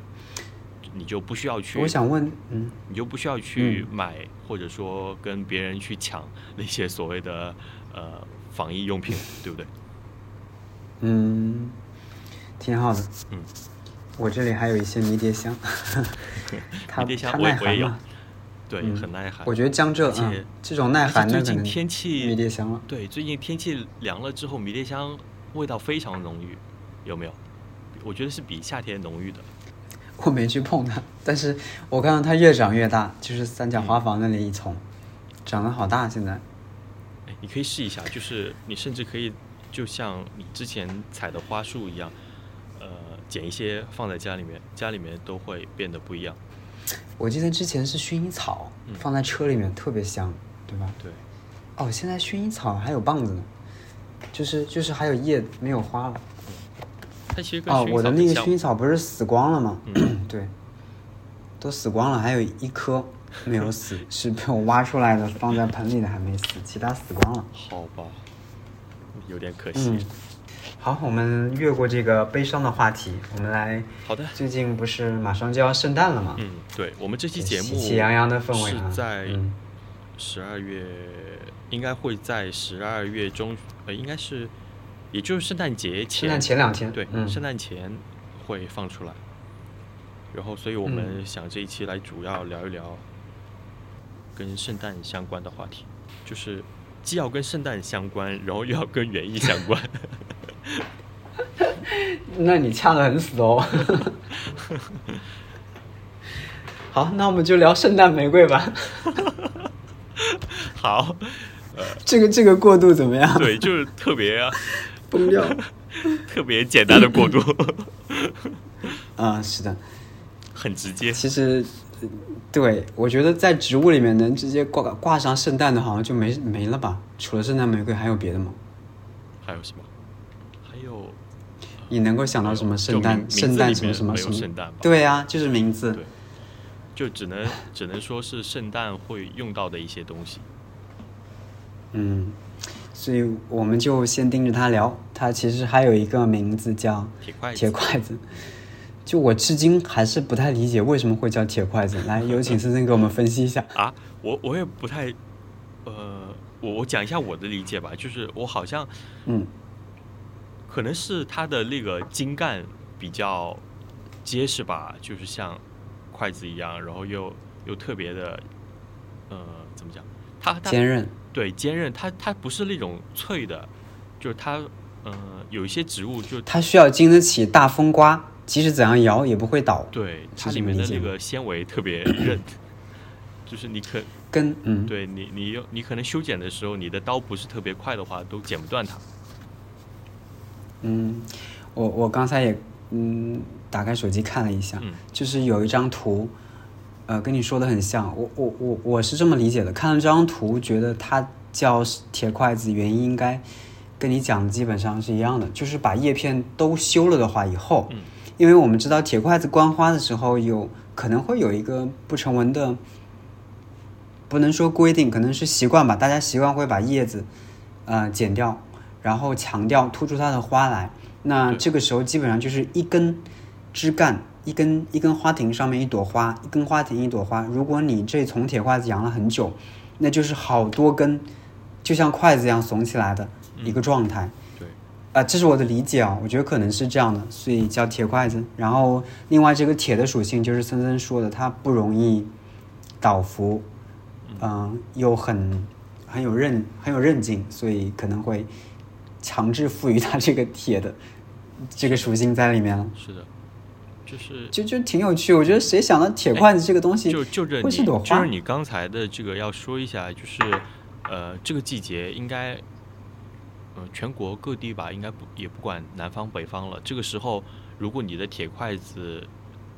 S2: 你就不需要去
S1: 我想嗯问，嗯
S2: 你就不需要去买、或者说跟别人去抢那些所谓的呃防疫用品，对不对？
S1: 嗯，挺好的。
S2: 嗯，
S1: 我这里还有一些迷迭 香，它
S2: 迷迭香
S1: 它
S2: 我也
S1: 耐
S2: 我也
S1: 寒
S2: 有
S1: 嘛。
S2: 对，
S1: 嗯
S2: 很耐寒。
S1: 我觉得江浙
S2: 而且
S1: 嗯这种耐寒的
S2: 而且
S1: 可
S2: 最近
S1: 能
S2: 天
S1: 迷
S2: 气
S1: 迭香了。
S2: 对，最近天气凉了之后，迷迭香味道非常浓郁，有没有？我觉得是比夏天浓郁的。
S1: 我没去碰它，但是我看到
S2: 嗯
S1: 它越长越大，就是三角花房那里一丛，长得好大。现在
S2: 哎，你你可以试一下，就是你甚至可以就像你之前采的花束一样，呃，捡一些放在家里面，家里面都会变得不一样。
S1: 我记得之前是薰衣草，
S2: 嗯
S1: 放在车里面特别香，对吧？
S2: 对，
S1: 哦，现在薰衣草还有棒子呢，就是就是还有叶子没有花了。
S2: 它其实跟薰
S1: 哦，
S2: 衣
S1: 我
S2: 草
S1: 的那
S2: 很
S1: 个
S2: 像
S1: 薰衣草不是死光了吗？
S2: 嗯
S1: 对，都死光了，还有一颗没有死， 是被我挖出来的，放在盆里的还没死，其他死光了。
S2: 好吧，有点可惜。
S1: 嗯，好，我们越过这个悲伤的话题，我们来，
S2: 好的，
S1: 最近不是马上就要圣诞了吗？
S2: 嗯，对我们这期
S1: 对
S2: 节目
S1: 喜气洋洋的氛围啊
S2: 是在
S1: 嗯
S2: 十二月，应该会在十二月中，呃，应该是，也就是圣诞节前，
S1: 圣诞前两天，
S2: 对，
S1: 嗯，
S2: 圣诞前会放出来。然后，所以我们
S1: 嗯
S2: 想这一期来主要聊一聊跟圣诞相关的话题，就是既要跟圣诞相关，然后又要跟园艺相关。
S1: 那你掐得很死 哦。好，那我们就聊圣诞玫瑰吧。
S2: 好，
S1: 这个这个过渡怎么样？
S2: 对，就是特别啊
S1: 崩 掉。
S2: 特别简单的过渡，
S1: 嗯，是的，
S2: 很直接。
S1: 其实，呃对我觉得在植物里面能直接挂挂上圣诞的，好像就没没了吧？除了圣诞玫瑰，还有别的吗？
S2: 还有什么？还有
S1: 你能够想到什么圣诞
S2: 就名
S1: 圣诞
S2: 名字
S1: 什
S2: 里
S1: 么
S2: 面
S1: 什么
S2: 没有
S1: 什么？
S2: 圣诞吧
S1: 对呀、就是名字。
S2: 对，就只能只能说是圣诞会用到的一些东西。
S1: 嗯，所以我们就先盯着它聊。它其实还有一个名字叫
S2: 铁筷子
S1: 铁筷子。就我至今还是不太理解为什么会叫铁筷子。来，有请森森给我们分析 一下。
S2: 啊，我我也不太，呃，我我讲一下我的理解吧，就是我好像
S1: 嗯，
S2: 可能是它的那个茎干比较结实吧，就是像筷子一样，然后又又特别的，呃，怎么讲？它它
S1: 坚韧。
S2: 对坚韧，它它不是那种脆的，就是它，呃，有一些植物就
S1: 它需要经得起大风刮，即使怎样摇也不会倒。
S2: 对它
S1: 是这
S2: 里
S1: 么
S2: 面
S1: 理
S2: 的
S1: 解
S2: 那
S1: 吗
S2: 个嗯纤维特别韧， 就是你可
S1: 跟嗯，
S2: 对你你用你可能修剪的时候，你的刀不是特别快的话，都剪不断它。
S1: 嗯，我我刚才也嗯打开手机看了一下，
S2: 嗯
S1: 就是有一张图，呃，跟你说的很像。我我我我是这么理解的，看了这张图，觉得它叫铁筷子，原因应该跟你讲的基本上是一样的，就是把叶片都修了的话以后，
S2: 嗯
S1: 因为我们知道铁筷子观花的时候有可能会有一个不成文的，不能说规定，可能是习惯吧，大家习惯会把叶子呃剪掉，然后强调突出它的花来。那
S2: 对
S1: 这个时候基本上就是一根枝干，一根一根花亭上面一朵花，一根花亭一朵花。如果你这丛铁筷子养了很久，那就是好多根，就像筷子一样耸起来的一个状态。
S2: 对，
S1: 啊，这是我的理解啊，我觉得可能是这样的，所以叫铁筷子。然后另外这个铁的属性就是森森说的，它不容易倒伏，嗯、又很很有韧很有韧劲，所以可能会强制赋予它这个铁的这个属性在里面了。
S2: 是的，就是
S1: 就就挺有趣，我觉得谁想到铁筷子这个东西
S2: 哎就就着
S1: 会
S2: 你
S1: 是朵
S2: 就
S1: 花
S2: 着？你刚才的这个要说一下，就是呃，这个季节应该，呃，全国各地吧，应该不也不管南方北方了。这个时候，如果你的铁筷子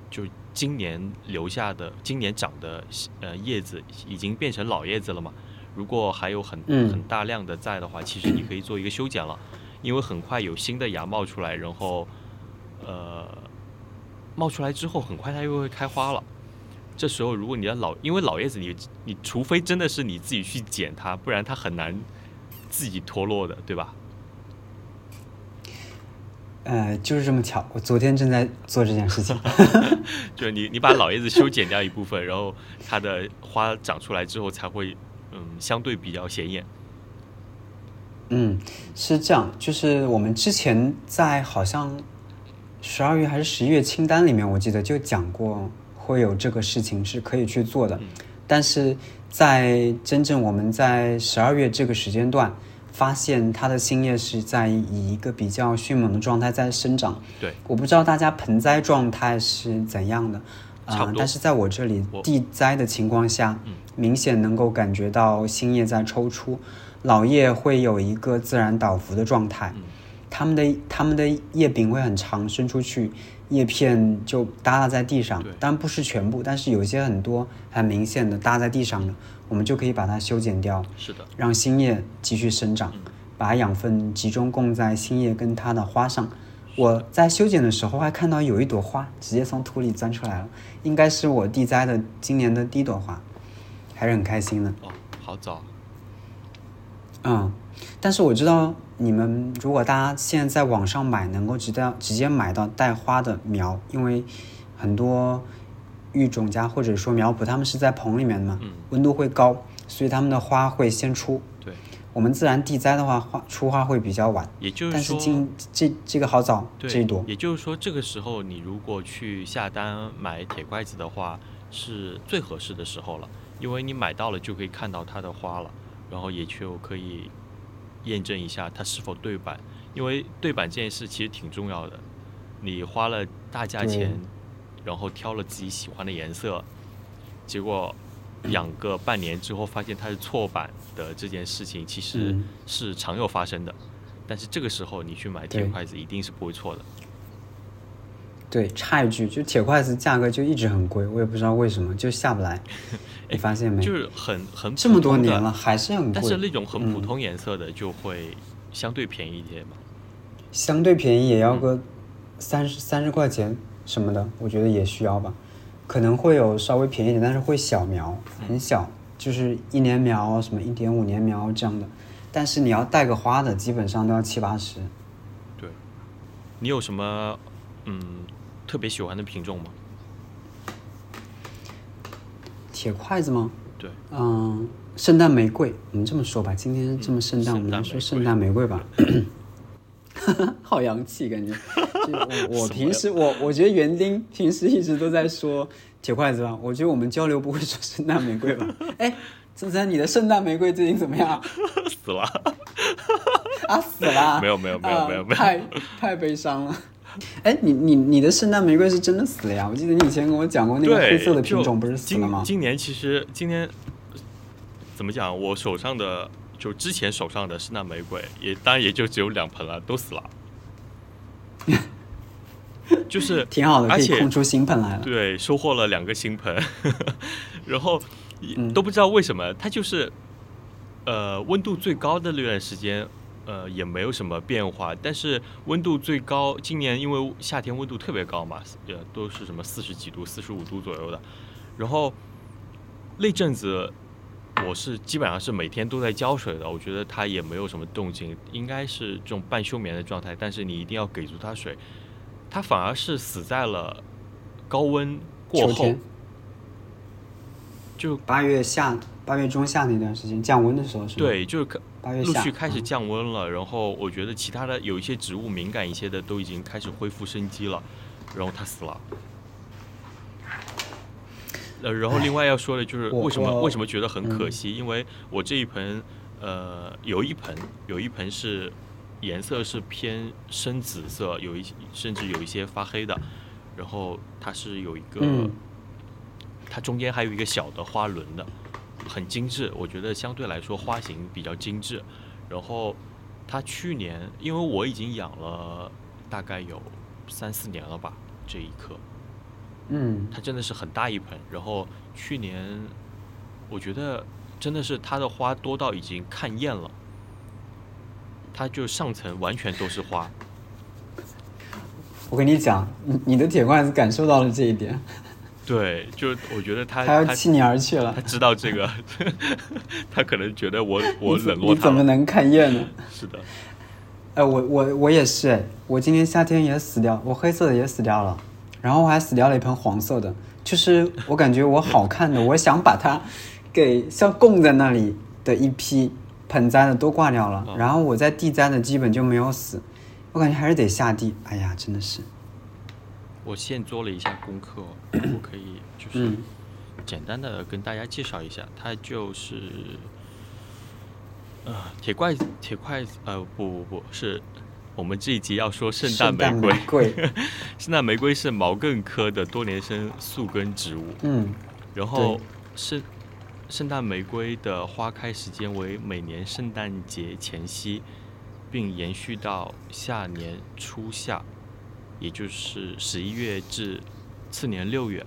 S2: 就今年留下的、今年长的呃叶子已经变成老叶子了嘛，如果还有很
S1: 嗯
S2: 很大量的在的话，其实你可以做一个修剪了，因为很快有新的芽冒出来，然后呃冒出来之后，很快它又会开花了。这时候，如果你的老，因为老叶子你，你除非真的是你自己去剪它，不然它很难自己脱落的，对吧？
S1: 呃，就是这么巧，我昨天正在做这件事 情。
S2: 就是你你把老叶子修剪掉一部分，然后它的花长出来之后才会，嗯，相对比较显眼。
S1: 嗯，是这样，就是我们之前在好像十二月还是十一月清单里面，我记得就讲过会有这个事情是可以去做的，
S2: 嗯
S1: 但是在真正我们在十二月这个时间段，发现它的新叶是在以一个比较迅猛的状态在生长。
S2: 对，
S1: 我不知道大家盆栽状态是怎样的。
S2: 差
S1: 啊、
S2: 不多
S1: 但是在我这里
S2: 我
S1: 地栽的情况下，
S2: 嗯
S1: 明显能够感觉到新叶在抽出，老叶会有一个自然倒伏的状态
S2: 嗯，
S1: 它们的它们的叶柄会很长，伸出去，叶片就耷拉在地上
S2: 对。
S1: 当然不是全部，但是有一些很多很明显的耷在地上的，我们就可以把它修剪掉，
S2: 是的，
S1: 让新叶继续生长
S2: 嗯，
S1: 把养分集中供在新叶跟它的花上。我在修剪的时候还看到有一朵花直接从土里钻出来了，应该是我地栽的今年的第一朵花，还是很开心的。
S2: 哦，好早，
S1: 嗯，但是我知道你们如果大家现在在网上买，能够直接直接买到带花的苗，因为很多育种家或者说苗圃，他们是在棚里面的嘛，
S2: 嗯
S1: 温度会高，所以他们的花会先出。
S2: 对，
S1: 我们自然地栽的话，花出花会比较晚，
S2: 也就
S1: 但
S2: 说
S1: 是，今这这个好早，
S2: 对，
S1: 这一朵
S2: 也就是说，这个时候你如果去下单买铁筷子的话，是最合适的时候了，因为你买到了就可以看到它的花了，然后也就可以验证一下它是否对版，因为对版这件事其实挺重要的，你花了大价钱，然后挑了自己喜欢的颜色，结果。养个半年之后，发现它是错版的这件事情，其实
S1: 嗯
S2: 是常有发生的。但是这个时候你去买铁
S1: 对
S2: 筷子，一定是不会错的。
S1: 对，插一句，就铁筷子价格就一直很贵，我也不知道为什么，就下不 来。你发现没？
S2: 就是很很
S1: 这么多
S2: 普通的
S1: 年了，，还是很贵。
S2: 但是那种很
S1: 嗯
S2: 普通颜色的就会相对便宜一些嘛。
S1: 相对便宜也要
S2: 嗯
S1: 个三十三十块钱什么的，我觉得也需要吧。可能会有稍微便宜一点，但是会小苗，
S2: 嗯
S1: 很小，就是一年苗什么一点五年苗这样的。但是你要带个花的，基本上都要七八十。
S2: 对，你有什么嗯特别喜欢的品种吗？
S1: 铁筷子吗？
S2: 对，
S1: 嗯，圣诞玫瑰，我们这么说吧，今天这么圣诞，
S2: 嗯
S1: 我们就说
S2: 圣
S1: 圣
S2: 诞
S1: 诞玫瑰吧。 好洋气，感觉。就 我我平时我我觉得园丁平时一直都在说铁筷子吧，我觉得我们交流不会说圣诞玫 瑰吧。哎，森森，你的圣诞玫瑰最近怎么样？
S2: 死 了，
S1: 啊，死了！
S2: 没有没有没有
S1: 啊
S2: 没有没有
S1: 太太悲伤了。哎，你你你的圣诞玫瑰是真的死了呀？我记得你以前跟我讲过那个
S2: 对，
S1: 黑色的品
S2: 就
S1: 种不是死了吗
S2: 今？今年其实今年呃怎么讲？我手上的就之前手上的圣诞玫瑰，也当然也就只有两盆了，都 死了。就是
S1: 挺好的，
S2: 而
S1: 可以
S2: 且
S1: 空出新盆来了。
S2: 对，收获了两个新盆， 然后也
S1: 嗯
S2: 都不知道为什么，它就是呃温度最高的那段时间，呃也没有什么变化，但是温度最高，今年因为夏天温度特别高嘛，呃都是什么四十几度、四十五度左右的，然后那阵子。我是基本上是每天都在浇水的，我觉得它也没有什么动静，应该是这种半休眠的状态。但是你一定要给足它水，它反而是死在了高温过
S1: 秋
S2: 后
S1: 天，
S2: 就
S1: 八月下八月中下那段时间降温的时候是吗？，
S2: 对，就是可
S1: 八月
S2: 陆
S1: 下
S2: 续开始
S1: 嗯
S2: 降温了。然后我觉得其他的有一些植物敏感一些的都已经开始恢复生机了，然后它死了。呃，然后另外要说的就是
S1: 哎我
S2: 为什么
S1: 我嗯
S2: 为什么觉得很可惜，因为我这一盆呃有一盆有一盆是颜色是偏深紫色，有一些甚至有一些发黑的，然后它是有一个、
S1: 嗯
S2: 它中间还有一个小的花轮的，很精致，我觉得相对来说花型比较精致。然后它去年因为我已经养了大概有三四年了吧，这一棵，
S1: 嗯
S2: 它真的是很大一盆。然后去年我觉得真的是它的花多到已经看厌了，它就上层完全都是花。
S1: 我跟你讲，你你的铁罐子感受到了这一点，
S2: 对，就我觉得它
S1: 他要
S2: 它
S1: 弃你而去了
S2: 它。知道这个， 它可能觉得我我
S1: 你怎
S2: 冷落
S1: 你
S2: 它
S1: 怎么
S2: 了。
S1: 能看厌呢？
S2: 是的，
S1: 哎，我我我也是哎，我今年夏天也死掉，我黑色的也死掉了，然后我还死掉了一盆黄色的，就是我感觉我好看的，我想把它给像供在那里的一批盆栽的都挂掉了
S2: 哦，
S1: 然后我在地栽的基本就没有死，我感觉还是得下地，哎呀，真的是，
S2: 我现做了一下功课哦，我可以就是
S1: 嗯
S2: 简单的跟大家介绍一下，它就是，呃，铁筷子，铁筷子，呃，不不不是，我们这一集要说圣诞玫瑰，
S1: 瑰，
S2: 圣诞玫瑰是毛茛科的多年生宿根植物，
S1: 嗯，
S2: 然后
S1: 对
S2: 是圣诞玫瑰的花开时间为每年圣诞节前夕，并延续到下年初夏，也就是十一月至次年六月。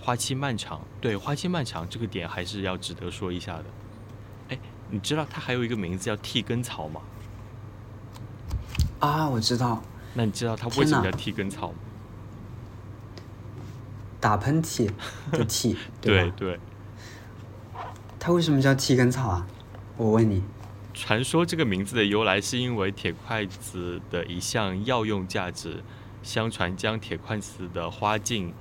S2: 花期漫长，对花期漫长这个点还是要值得说一下的。哎，你知道它还有一个名字叫替根草吗？
S1: 啊，我知道，
S2: 那你知道它为什么
S1: 天
S2: 叫
S1: 哪
S2: 替根草吗？
S1: 打喷嚏的 嚏，
S2: 对
S1: 吧？
S2: 对，
S1: 它为什么叫气根草啊？我问你，
S2: 传说这个名字的由来是因为铁筷子的一项药用价值，相传将铁筷子的花茎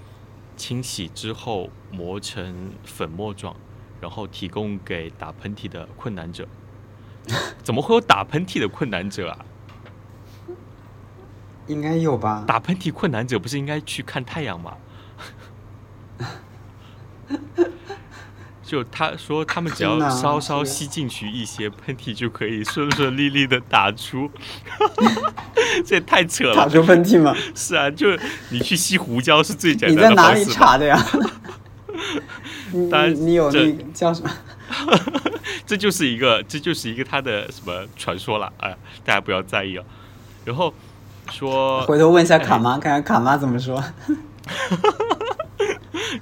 S2: 清洗之后磨成粉末状，然后提供给打喷嚏的困难者。 怎么会有打喷嚏的困难者啊？
S1: 应该有吧？
S2: 打喷嚏困难者不是应该去看太阳吗？ 就他说，他们只要
S1: 天哪
S2: 稍稍
S1: 是
S2: 吸进去一些喷嚏，就可以顺顺利利的打出。 这也太扯
S1: 打
S2: 了！
S1: 出喷嚏吗？
S2: 是啊，就你去吸胡椒是最 简
S1: 你在
S2: 单的
S1: 哪
S2: 方
S1: 里
S2: 式吧。
S1: 查的呀？ 你
S2: 当然
S1: 你你有
S2: 这
S1: 那个叫什么？
S2: 这就是一个，这就是一个他的什么传说了啊、大家不要在意啊。然后说，
S1: 回头问一下
S2: 哎
S1: 卡妈，看看卡妈怎么说。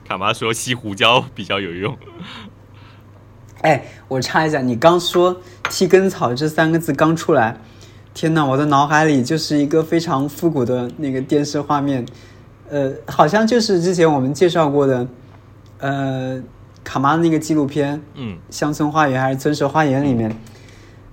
S2: 卡妈说吸胡椒比较有用。
S1: 哎，我插一下，你刚说“剃根草”这三个字刚出来，天呐，我的脑海里就是一个非常复古的那个电视画面，呃，好像就是之前我们介绍过的，呃，卡妈那个纪录片
S2: 嗯，
S1: 《乡村花园》还是《村蛇花园》里面，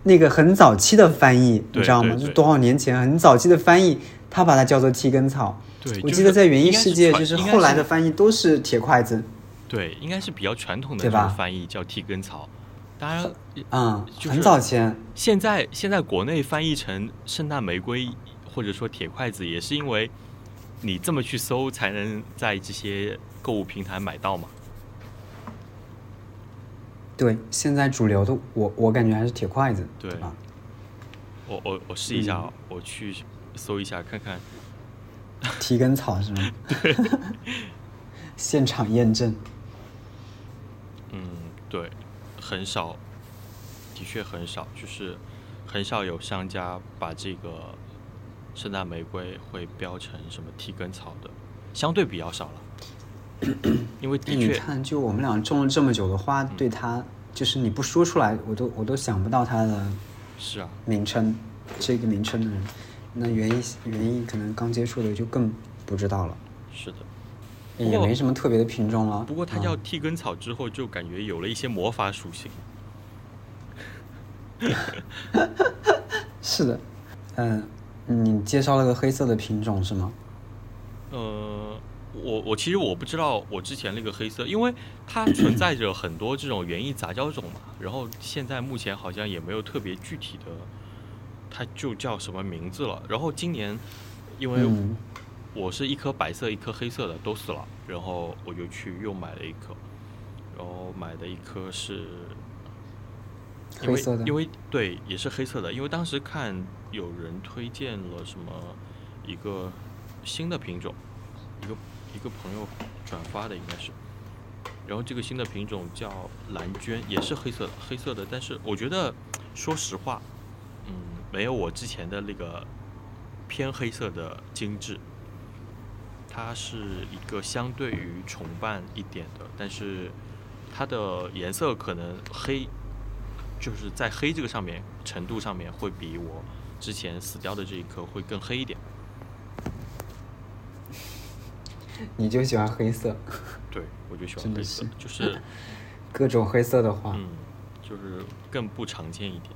S1: 那个很早期的翻译，
S2: 对
S1: 你知道吗？
S2: 对对
S1: 就多少年前很早期的翻译，他把它叫做“剃根草”。
S2: 对，
S1: 我
S2: 就
S1: 记得
S2: 是
S1: 在原
S2: 应
S1: 音
S2: 该
S1: 世界，
S2: 传
S1: 就是
S2: 应该
S1: 后来的翻译都是铁筷子，
S2: 对，应该是比较传统的
S1: 对
S2: 这种
S1: 吧
S2: 翻译叫替根草。当然，
S1: 嗯，
S2: 呃就是
S1: 很早前。
S2: 现在现在国内翻译成圣诞玫瑰或者说铁筷子，也是因为你这么去搜才能在这些购物平台买到嘛。
S1: 对，现在主流的我我感觉还是铁筷子，
S2: 对
S1: 吧？
S2: 我我我试一下啊、
S1: 嗯
S2: 我去搜一下看看。
S1: 提根草是 吗？ 现场验证，
S2: 嗯，对，很少，的确很少，就是很少有商家把这个圣诞玫瑰会标成什么替根草的，相对比较少了。 因为
S1: 哎
S2: 的
S1: 你
S2: 确，嗯
S1: 看，就我们俩种了这么久的花，对它就是你不说出来，我都我都想不到它的
S2: 是啊，
S1: 名称，这个名称的人。那园艺园艺可能刚接触的就更不知道了，
S2: 是的。
S1: 也没什么特别的品种了。
S2: 不过它
S1: 嗯
S2: 叫替根草之后，就感觉有了一些魔法属性。
S1: 是的，嗯，你介绍了个黑色的品种是吗？
S2: 呃，我我其实我不知道我之前那个黑色，因为它存在着很多这种园艺杂交种嘛，然后现在目前好像也没有特别具体的，它就叫什么名字了。然后今年，因为
S1: 嗯，
S2: 我是一颗白色一颗黑色的都死了，然后我就去又买了一颗，然后买的一颗是因
S1: 黑
S2: 为
S1: 色的
S2: 因为对也是黑色的，因为当时看有人推荐了什么一个新的品种，一个一个朋友转发的应该是，然后这个新的品种叫蓝娟，也是黑色的黑色的，但是我觉得说实话，嗯，没有我之前的那个偏黑色的精致，它是一个相对于重瓣一点的，但是它的颜色可能黑，就是在黑这个上面程度上面会比我之前死掉的这一颗会更黑一点。
S1: 你就喜欢黑色，
S2: 对，我就喜欢
S1: 真的
S2: 黑色
S1: 是啊
S2: 的，就是
S1: 各种黑色的花。
S2: 嗯，就是更不常见一点，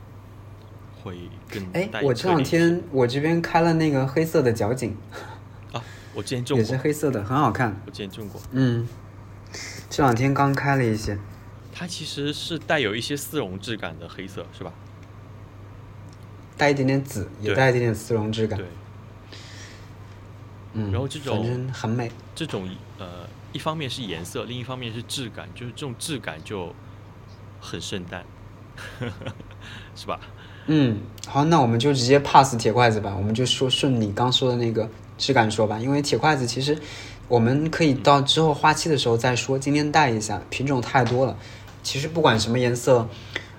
S2: 会更
S1: 哎
S2: 带，
S1: 我
S2: 有
S1: 这
S2: 特
S1: 两
S2: 点
S1: 天我这边开了那个黑色的角 堇，
S2: 啊，我之前种
S1: 也是
S2: 过，
S1: 黑色的，很好看。
S2: 我之前种过，
S1: 嗯，这两天刚开了一些，
S2: 它其实是带有一些丝绒质感的黑色，是吧？
S1: 带一点点紫，也
S2: 对
S1: 带一点点丝绒质感
S2: 对。，
S1: 嗯，
S2: 然后这种
S1: 反正很美。
S2: 这种呃，一方面是颜色，另一方面是质感，就是这种质感就很圣诞， 是吧？
S1: 嗯，好，那我们就直接 pass 铁筷子吧，我们就说顺你刚说的那个质感说吧，因为铁筷子其实我们可以到之后花期的时候再说，今天带一下，品种太多了。其实不管什么颜色，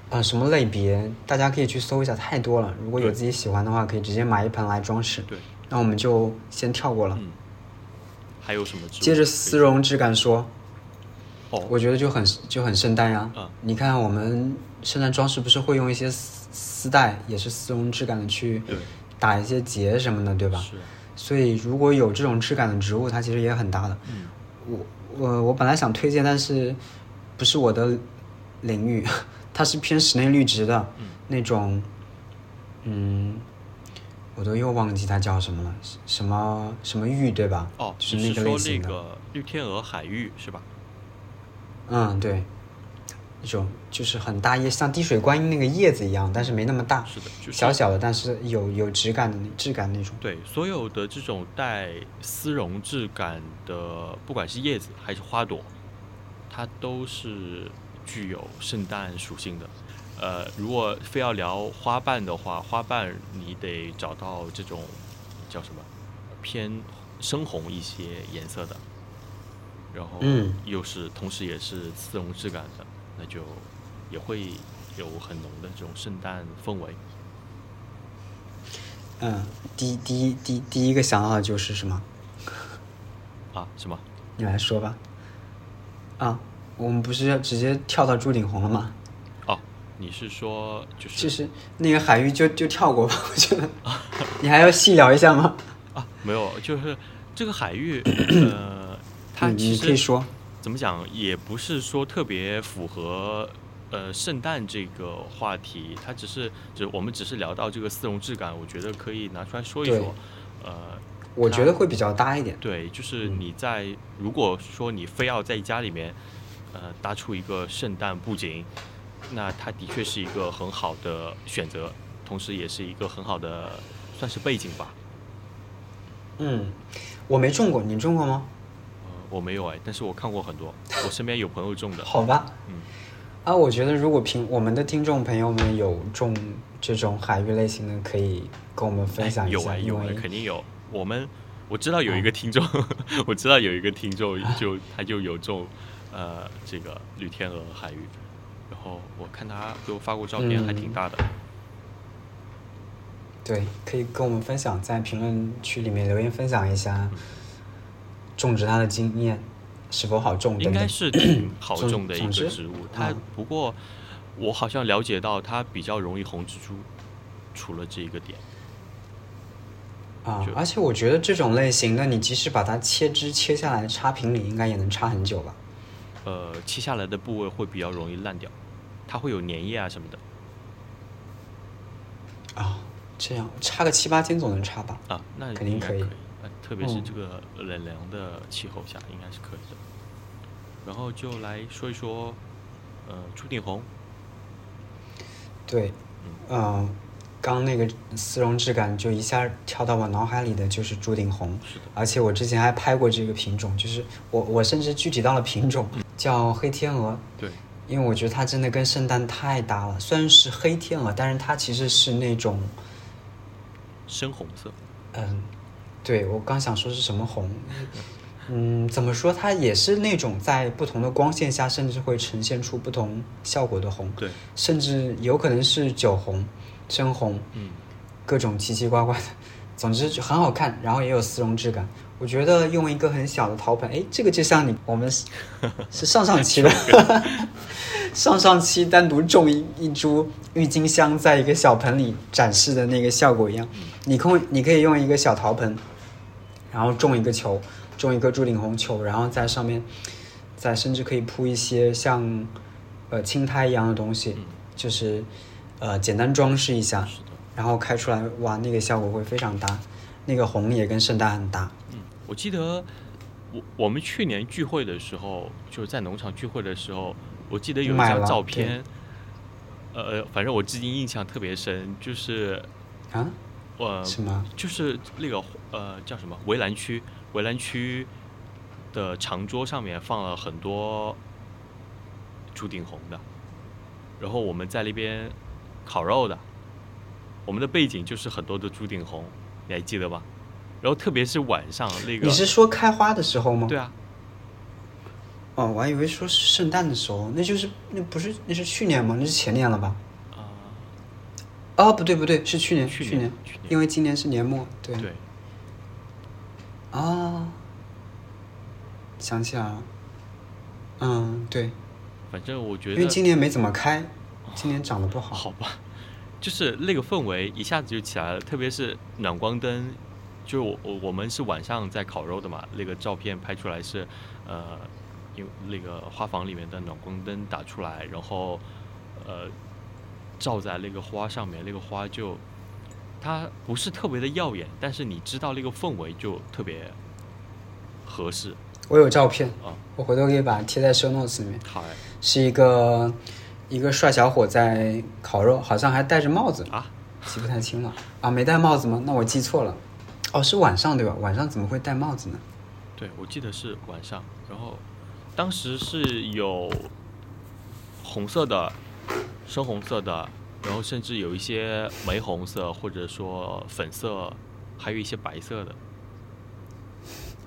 S1: 呃，什么类别，大家可以去搜一下，太多了。如果有
S2: 对
S1: 自己喜欢的话，可以直接买一盆来装饰。
S2: 对，
S1: 那我们就先跳过了，
S2: 嗯，还有什么植物可以？
S1: 接着丝绒质感说，
S2: 哦，
S1: 我觉得就很就很圣诞呀、
S2: 嗯
S1: 你看我们圣诞装饰不是会用一些丝丝带，也是丝绒质感的去
S2: 对，
S1: 打一些结什么的，对吧？
S2: 是，
S1: 所以如果有这种质感的植物，它其实也很搭的。
S2: 嗯，
S1: 我我我本来想推荐，但是不是我的领域， 它是偏室内绿植的、
S2: 嗯
S1: 那种，嗯，我都又忘记它叫什么了，什什么什么玉对吧？
S2: 哦，
S1: 就是
S2: 你
S1: 那
S2: 是
S1: 个
S2: 说
S1: 类型
S2: 那
S1: 的。
S2: 个绿天鹅海芋是吧？
S1: 嗯，对，那种就是很大叶，像滴水观音那个叶子一样，但是没那么大，
S2: 是的，就是
S1: 小小的，但是有有质感的质感那种。
S2: 对，所有的这种带丝绒质感的，不管是叶子还是花朵，它都是具有圣诞属性的。呃，如果非要聊花瓣的话，花瓣你得找到这种叫什么偏深红一些颜色的，然后
S1: 嗯
S2: 又是、同时也是丝绒质感的，那就也会有很浓的这种圣诞氛围。
S1: 嗯，第第一第第一个想到的就是什么？
S2: 啊，什么？
S1: 你来说吧。啊，我们不是要直接跳到朱顶红了吗？
S2: 哦，你是说就是
S1: 其实那个海域就就跳过吧， 我觉得。你还要细聊一下吗？
S2: 啊，没有，就是这个海 域，呃，它
S1: 嗯
S2: 其
S1: 你可以
S2: 实
S1: 说，
S2: 怎么讲，也不是说特别符合呃圣诞这个话题，它只是只我们只是聊到这个丝绒质感，我觉得可以拿出来说一
S1: 对
S2: 说。呃，
S1: 我觉得会比较搭一点。
S2: 对，就是
S1: 嗯
S2: 你在、如果说你非要在家里面，呃，搭出一个圣诞布景，那它的确是一个很好的选择，同时也是一个很好的算是背景吧。
S1: 嗯，我没种过，你种过吗？
S2: 呃，我没有哎，但是我看过很多，我身边有朋友种的。
S1: 好吧。
S2: 嗯，
S1: 啊，我觉得如果凭我们的听众朋友们有种这种海域类型的，可以跟我们分享一
S2: 有
S1: 下，
S2: 哎有
S1: 因
S2: 哎，
S1: 为
S2: 肯定有。我们我知道有一个听众， 我知道有一个 听众就他就有种呃这个绿天鹅海芋，然后我看他给我发过照片，还挺
S1: 嗯
S2: 大的。
S1: 对，可以跟我们分享，在评论区里面留言分享一下
S2: 嗯
S1: 种植它的经验，是否好种
S2: 应
S1: 等
S2: 该
S1: 等。
S2: 是挺好
S1: 总
S2: 种的一
S1: 总
S2: 个
S1: 之
S2: 植物。它
S1: 嗯
S2: 不过我好像了解到它比较容易红蜘蛛，除了这一个点。
S1: 啊
S2: 就，
S1: 而且我觉得这种类型的，你即使把它切枝切下来插瓶里，应该也能插很久吧？
S2: 呃，切下来的部位会比较容易烂掉，它会有粘液啊什么的。
S1: 啊，这样插个七八天总能插吧？
S2: 啊，那
S1: 肯定
S2: 应该
S1: 可以
S2: 以。呃特别是
S1: 嗯
S2: 这个冷凉的气候下，应该是可以的。然后就来说一说，呃，朱顶红，
S1: 对，嗯、刚那个丝绒质感就一下跳到我脑海里的就是朱顶红，
S2: 是的，
S1: 而且我之前还拍过这个品种，就是我我甚至具体到了品种，
S2: 嗯
S1: 叫黑天鹅，
S2: 对，
S1: 因为我觉得它真的跟圣诞太搭了。虽然是黑天鹅，但是它其实是那种
S2: 深红色，
S1: 嗯，对，我刚想说是什么红，嗯，怎么说？它也是那种在不同的光线下，甚至会呈现出不同效果的红，
S2: 对，
S1: 甚至有可能是酒红、深红，
S2: 嗯，
S1: 各种奇奇怪怪的。 总之就很好看，然后也有丝绒质感。我觉得用一个很小的陶盆，哎，这个就像你我们是是上上期的， 上上期单独种一一株郁金香在一个小盆里展示的那个效果一样。你空你可以用一个小陶盆，然后种一个球，种一个朱顶红球，然后在上面，再甚至可以铺一些像呃青苔一样的东西，就是呃简单装饰一下。
S2: 嗯是的，
S1: 然后开出来，哇，那个效果会非常搭，那个红也跟圣诞很搭。
S2: 嗯，我记得我我们去年聚会的时候，就是在农场聚会的时候，我记得有一
S1: 买
S2: 张
S1: 了
S2: 照
S1: 对
S2: 片，呃，反正我至今印象特别深，就是
S1: 啊？
S2: 呃，
S1: 什么？
S2: 就是那个呃叫什么围栏区，围栏区的长桌上面放了很多朱顶红的，然后我们在那边烤肉的，我们的背景就是很多的朱顶红，你还记得吧？然后特别是晚上那个，
S1: 你是说开花的时候吗？
S2: 对啊，
S1: 哦，我还以为说是圣诞的时候，那就是那不是那是去年吗？那是前年了吧？
S2: 啊、
S1: 啊，不对不对，是去年
S2: 去
S1: 年，
S2: 去
S1: 因为今年是年末，对
S2: 对，
S1: 啊，想起来了，嗯，对，
S2: 反正我觉
S1: 因
S2: 得哦
S1: 为今年没怎么开，今年涨得不好，
S2: 好吧，就是那个氛围一下子就起来了，特别是暖光灯，就我我我们是晚上在烤肉的嘛，那个照片拍出来是，呃，有那个花房里面的暖光灯打出来，然后呃照在那个花上面，那个花就它不是特别的耀眼，但是你知道那个氛围就特别合适
S1: 我有照片，
S2: 啊，
S1: 我回头可以把它贴在 show notes 里面，
S2: 好哎
S1: 是一个一个帅小伙在烤肉，好像还戴着帽子，
S2: 啊，
S1: 记不太清了啊，没戴帽子吗？那我记错了，哦，是晚上对吧？晚上怎么会戴帽子呢？
S2: 对，我记得是晚上，然后当时是有红色的、深红色的，然后甚至有一些玫红色，或者说粉色，还有一些白色的。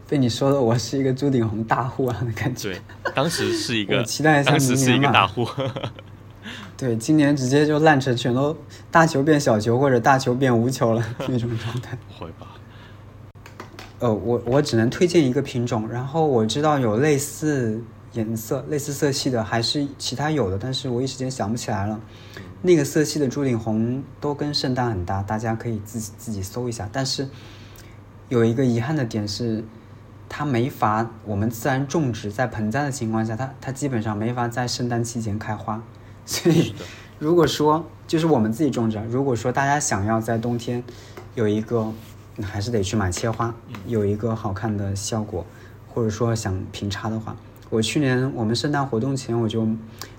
S1: 被你说的我是一个朱顶红大户啊的感觉。
S2: 对，当时是一
S1: 我
S2: 个，
S1: 期待一下
S2: 当时
S1: 明
S2: 是一
S1: 年
S2: 个
S1: 嘛。
S2: 大户。
S1: 对，今年直接就烂成全都大球变小球或者大球变无球了 那种状态。
S2: 不会吧？
S1: 呃，我我只能推荐一个品种，然后我知道有类似颜色、类似色系的，还是其他有的，但是我一时间想不起来了。那个色系的朱顶红都跟圣诞很搭，大家可以自己自己搜一下。但是有一个遗憾的点是，它没法我们自然种植在盆栽的情况下，它它基本上没法在圣诞期间开花， 所以
S2: 是的，
S1: 如果说就是我们自己种植，啊如果说大家想要在冬天有一个，那还是得去买切花，
S2: 嗯
S1: 有一个好看的效果，或者说想平插的话，我去年我们圣诞活动前我就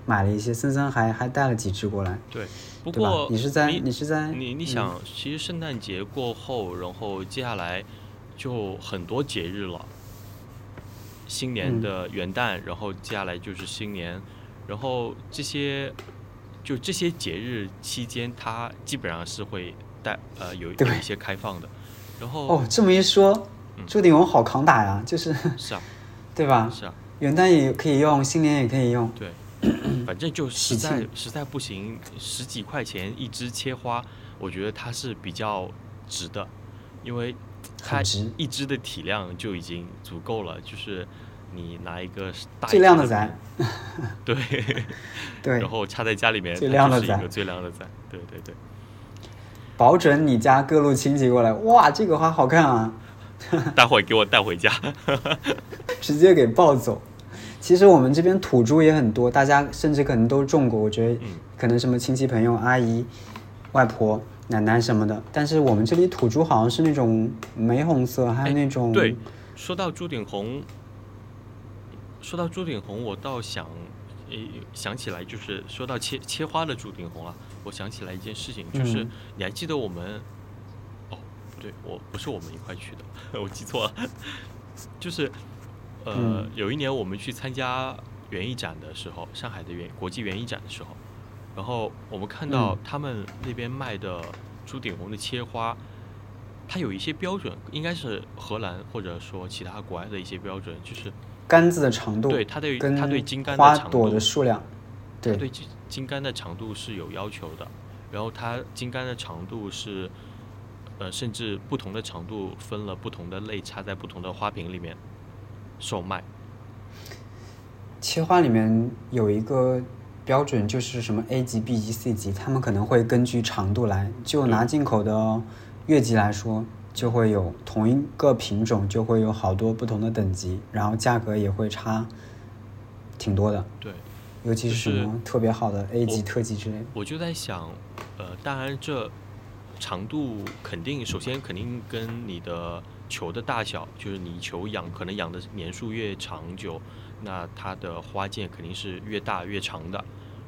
S1: 买了一些，森森还还带了几只过来，
S2: 对。不
S1: 对吧
S2: 过？
S1: 你是在
S2: 你
S1: 你是在
S2: 你你
S1: 嗯
S2: 想，其实圣诞节过后，然后接下来就很多节日了，新年
S1: 嗯
S2: 的元旦，然后接下来就是新年，然后这些就这些节日期间，它基本上是会带呃有有
S1: 对
S2: 一些开放的，然后、
S1: 哦，这么一说
S2: 嗯，
S1: 朱顶红好扛打呀，就是
S2: 是啊
S1: 对吧？
S2: 是啊，
S1: 元旦也可以用，新年也可以用，
S2: 对，反正就实
S1: 喜
S2: 在
S1: 庆
S2: 实在不行，十几块钱一支切花，我觉得它是比较值的，因为它
S1: 很值
S2: 一支的体量就已经足够了，就是你拿一个大一
S1: 最
S2: 点
S1: 靓的
S2: 盆
S1: 咱，
S2: 对，
S1: 对
S2: 然，后插在家里面，
S1: 最
S2: 它
S1: 靓
S2: 就
S1: 的
S2: 是一
S1: 仔
S2: 个最靓的仔，对对对，
S1: 保准你家各路亲戚过来，哇，这个花好看啊，
S2: 待会给我带回家，
S1: 直接给抱走。其实我们这边土猪也很多，大家甚至可能都种过。我觉得
S2: 嗯
S1: 可能什么亲戚朋友、阿姨、外婆、奶奶什么的。但是我们这里土猪好像是那种玫红色，还有那种
S2: 哎对，说到朱顶红，说到朱顶红，我倒想，诶，想起来就是说到切切花的朱顶红啊，我想起来一件事情，就是、
S1: 嗯
S2: 你还记得我们，哦，不对，我不是我们一块去的，我 记错了，就是，呃，
S1: 嗯
S2: 有一年我们去参加园艺展的时候，上海的园国际园艺展的时候，然后我们看到
S1: 嗯
S2: 他们那边卖的朱顶红的切花，它有一些标准，应该是荷兰或者说其他国外的一些标准，就是
S1: 杆子的长度，
S2: 对它对
S1: 跟
S2: 它对茎干的
S1: 花
S2: 长
S1: 朵
S2: 度
S1: 的，数量，
S2: 它
S1: 对，
S2: 对茎茎干的长度是有要求的，然后它茎干的长度是，呃，甚至不同的长度分了不同的类，插在不同的花瓶里面售卖。
S1: 切花里面有一个标准，就是什么 A 级、B 级、C 级，他们可能会根据长度来。就拿进口的越级来说，就会有同一个品种就会有好多不同的等级，然后价格也会差挺多的，
S2: 对，
S1: 尤其是什
S2: 就是
S1: 么特别好的 A 级、
S2: 我
S1: 特级之类的。
S2: 我就在想，呃，当然这长度肯定，首先肯定跟你的球的大小，就是你球养可能养的年数越长久，那它的花剑肯定是越大越长的。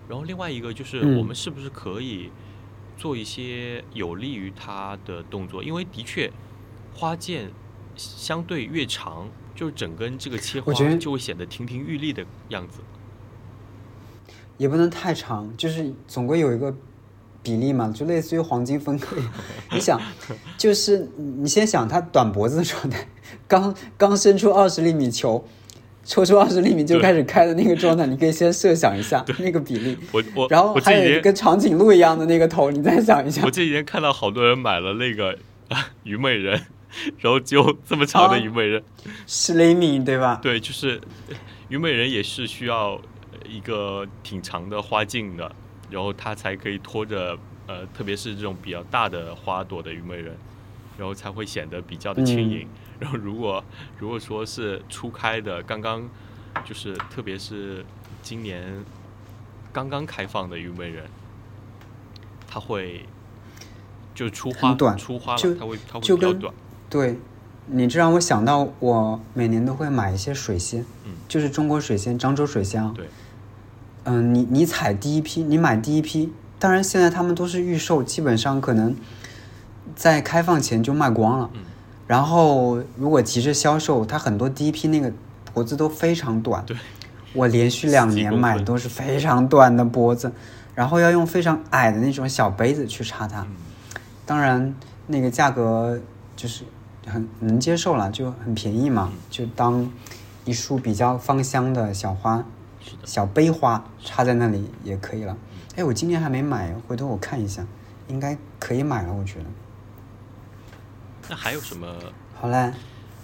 S2: 然后另外一个就是，
S1: 嗯
S2: 我们是不是可以做一些有利于它的动作？因为的确，花剑相对越长，就是整根这个切花
S1: 我觉得
S2: 就会显得亭亭玉立的样子。
S1: 也不能太长，就是总归有一个比例嘛，就类似于黄金分割一样。你想，就是你你先想它短脖子的状态，刚刚伸出二十厘米球，抽出二十厘米就开始开的那个状态，你可以先设想一下那个比例。
S2: 我我
S1: 然后
S2: 我
S1: 还
S2: 这几
S1: 有
S2: 年
S1: 跟长颈鹿一样的那个头，你再想一下
S2: 我。这几天看到好多人买了那个啊虞美人，然后只有这么长的
S1: 啊
S2: 虞美人，
S1: 十厘米对吧？
S2: 对，就是呃虞美人也是需要呃一个挺长的花茎的，然后它才可以拖着呃，特别是这种比较大的花朵的虞美人，然后才会显得比较的轻
S1: 嗯
S2: 盈。 然后如果如果说是初开的，刚刚就是特别是今年刚刚开放的虞美人，它会就出花
S1: 很短
S2: 出花了
S1: 就，
S2: 它会它会
S1: 就
S2: 比较
S1: 跟
S2: 短。
S1: 对，你这让我想到，我每年都会买一些水仙，
S2: 嗯
S1: 就是中国水仙、漳州水仙啊。
S2: 对，
S1: 嗯，你你采第一批，你买第一批，当然现在他们都是预售，基本上可能在开放前就卖光了。
S2: 嗯
S1: 然后如果急着销售，它很多第一批那个脖子都非常短。
S2: 对，
S1: 我连续两
S2: 十几
S1: 年
S2: 公
S1: 买
S2: 分
S1: 都是非常短的脖子，然后要用非常矮的那种小杯子去插它。
S2: 嗯，
S1: 当然，那个价格就是很能接受了，就很便宜
S2: 嗯
S1: 嘛，就当一束比较芳香的小花、
S2: 是的，嗯
S1: 小杯花插在那里也可以了。哎，我今年还没买，回头我看一下，应该可以买了，我觉得。
S2: 那还有什么？
S1: 好嘞，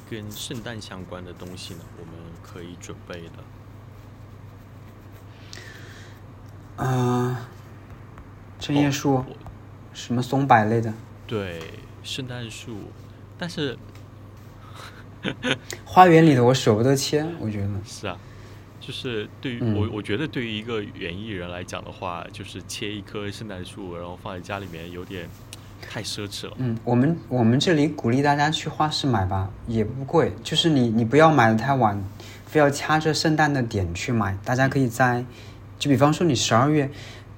S2: 跟圣诞相关的东西呢，我们可以准备的。
S1: 嗯、
S2: 哦
S1: 针叶树、
S2: 我
S1: 什么松柏类的，
S2: 对，圣诞树，但是
S1: 花园里的我舍不得切，我觉得。
S2: 是啊，就是对于、
S1: 嗯
S2: 我，我觉得对于一个园艺人来讲的话，就是切一棵圣诞树，然后放在家里面，有点太奢侈了。
S1: 嗯，我们我们这里鼓励大家去花市买吧，也不贵，就是你你不要买的太晚，非要掐着圣诞的点去买。大家可以在，就比方说你十二月，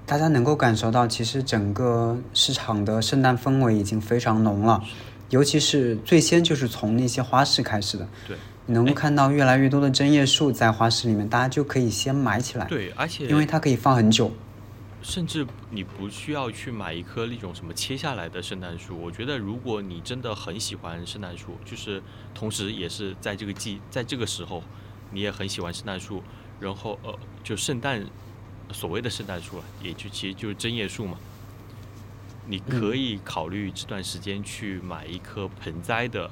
S1: 大家能够感受到，其实整个市场的圣诞氛围已经非常浓了，尤其是最先就是从那些花市开始的，
S2: 对
S1: 你能
S2: 哎
S1: 够看到越来越多的针叶树在花市里面，大家就可以先买起来，
S2: 对，而且
S1: 哎因为它可以放很久。
S2: 甚至你不需要去买一棵那种什么切下来的圣诞树。我觉得，如果你真的很喜欢圣诞树，就是同时也是在这个季，在这个时候，你也很喜欢圣诞树，然后呃，就圣诞所谓的圣诞树了，啊也就其实就是针叶树嘛。你可以考虑这段时间去买一棵盆栽的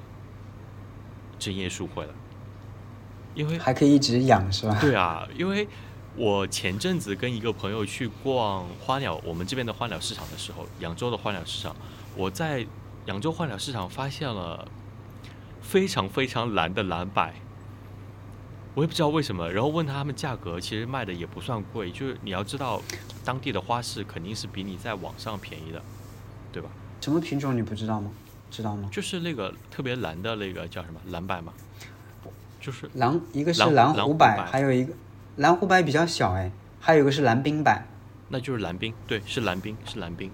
S2: 针叶树回来，因为
S1: 还可以一直养是 吧？
S2: 对啊，因为我前阵子跟一个朋友去逛花鸟，我们这边的花鸟市场的时候，扬州的花鸟市场，我在扬州花鸟市场发现了非常非常蓝的蓝柏，我也不知道为什么。然后问他们价格，其实卖的也不算贵，就是你要知道，当地的花市肯定是比你在网上便宜的，对吧？
S1: 什么品种你不知道吗？知道吗？
S2: 就是那个特别蓝的那个叫什么蓝柏嘛，就是
S1: 蓝，一个是
S2: 蓝
S1: 蓝
S2: 蓝
S1: 湖
S2: 湖
S1: 柏
S2: 柏，
S1: 还有一个蓝湖柏比较小哎，还有一个是蓝冰柏。
S2: 那就是蓝冰，对，是蓝冰，是蓝冰。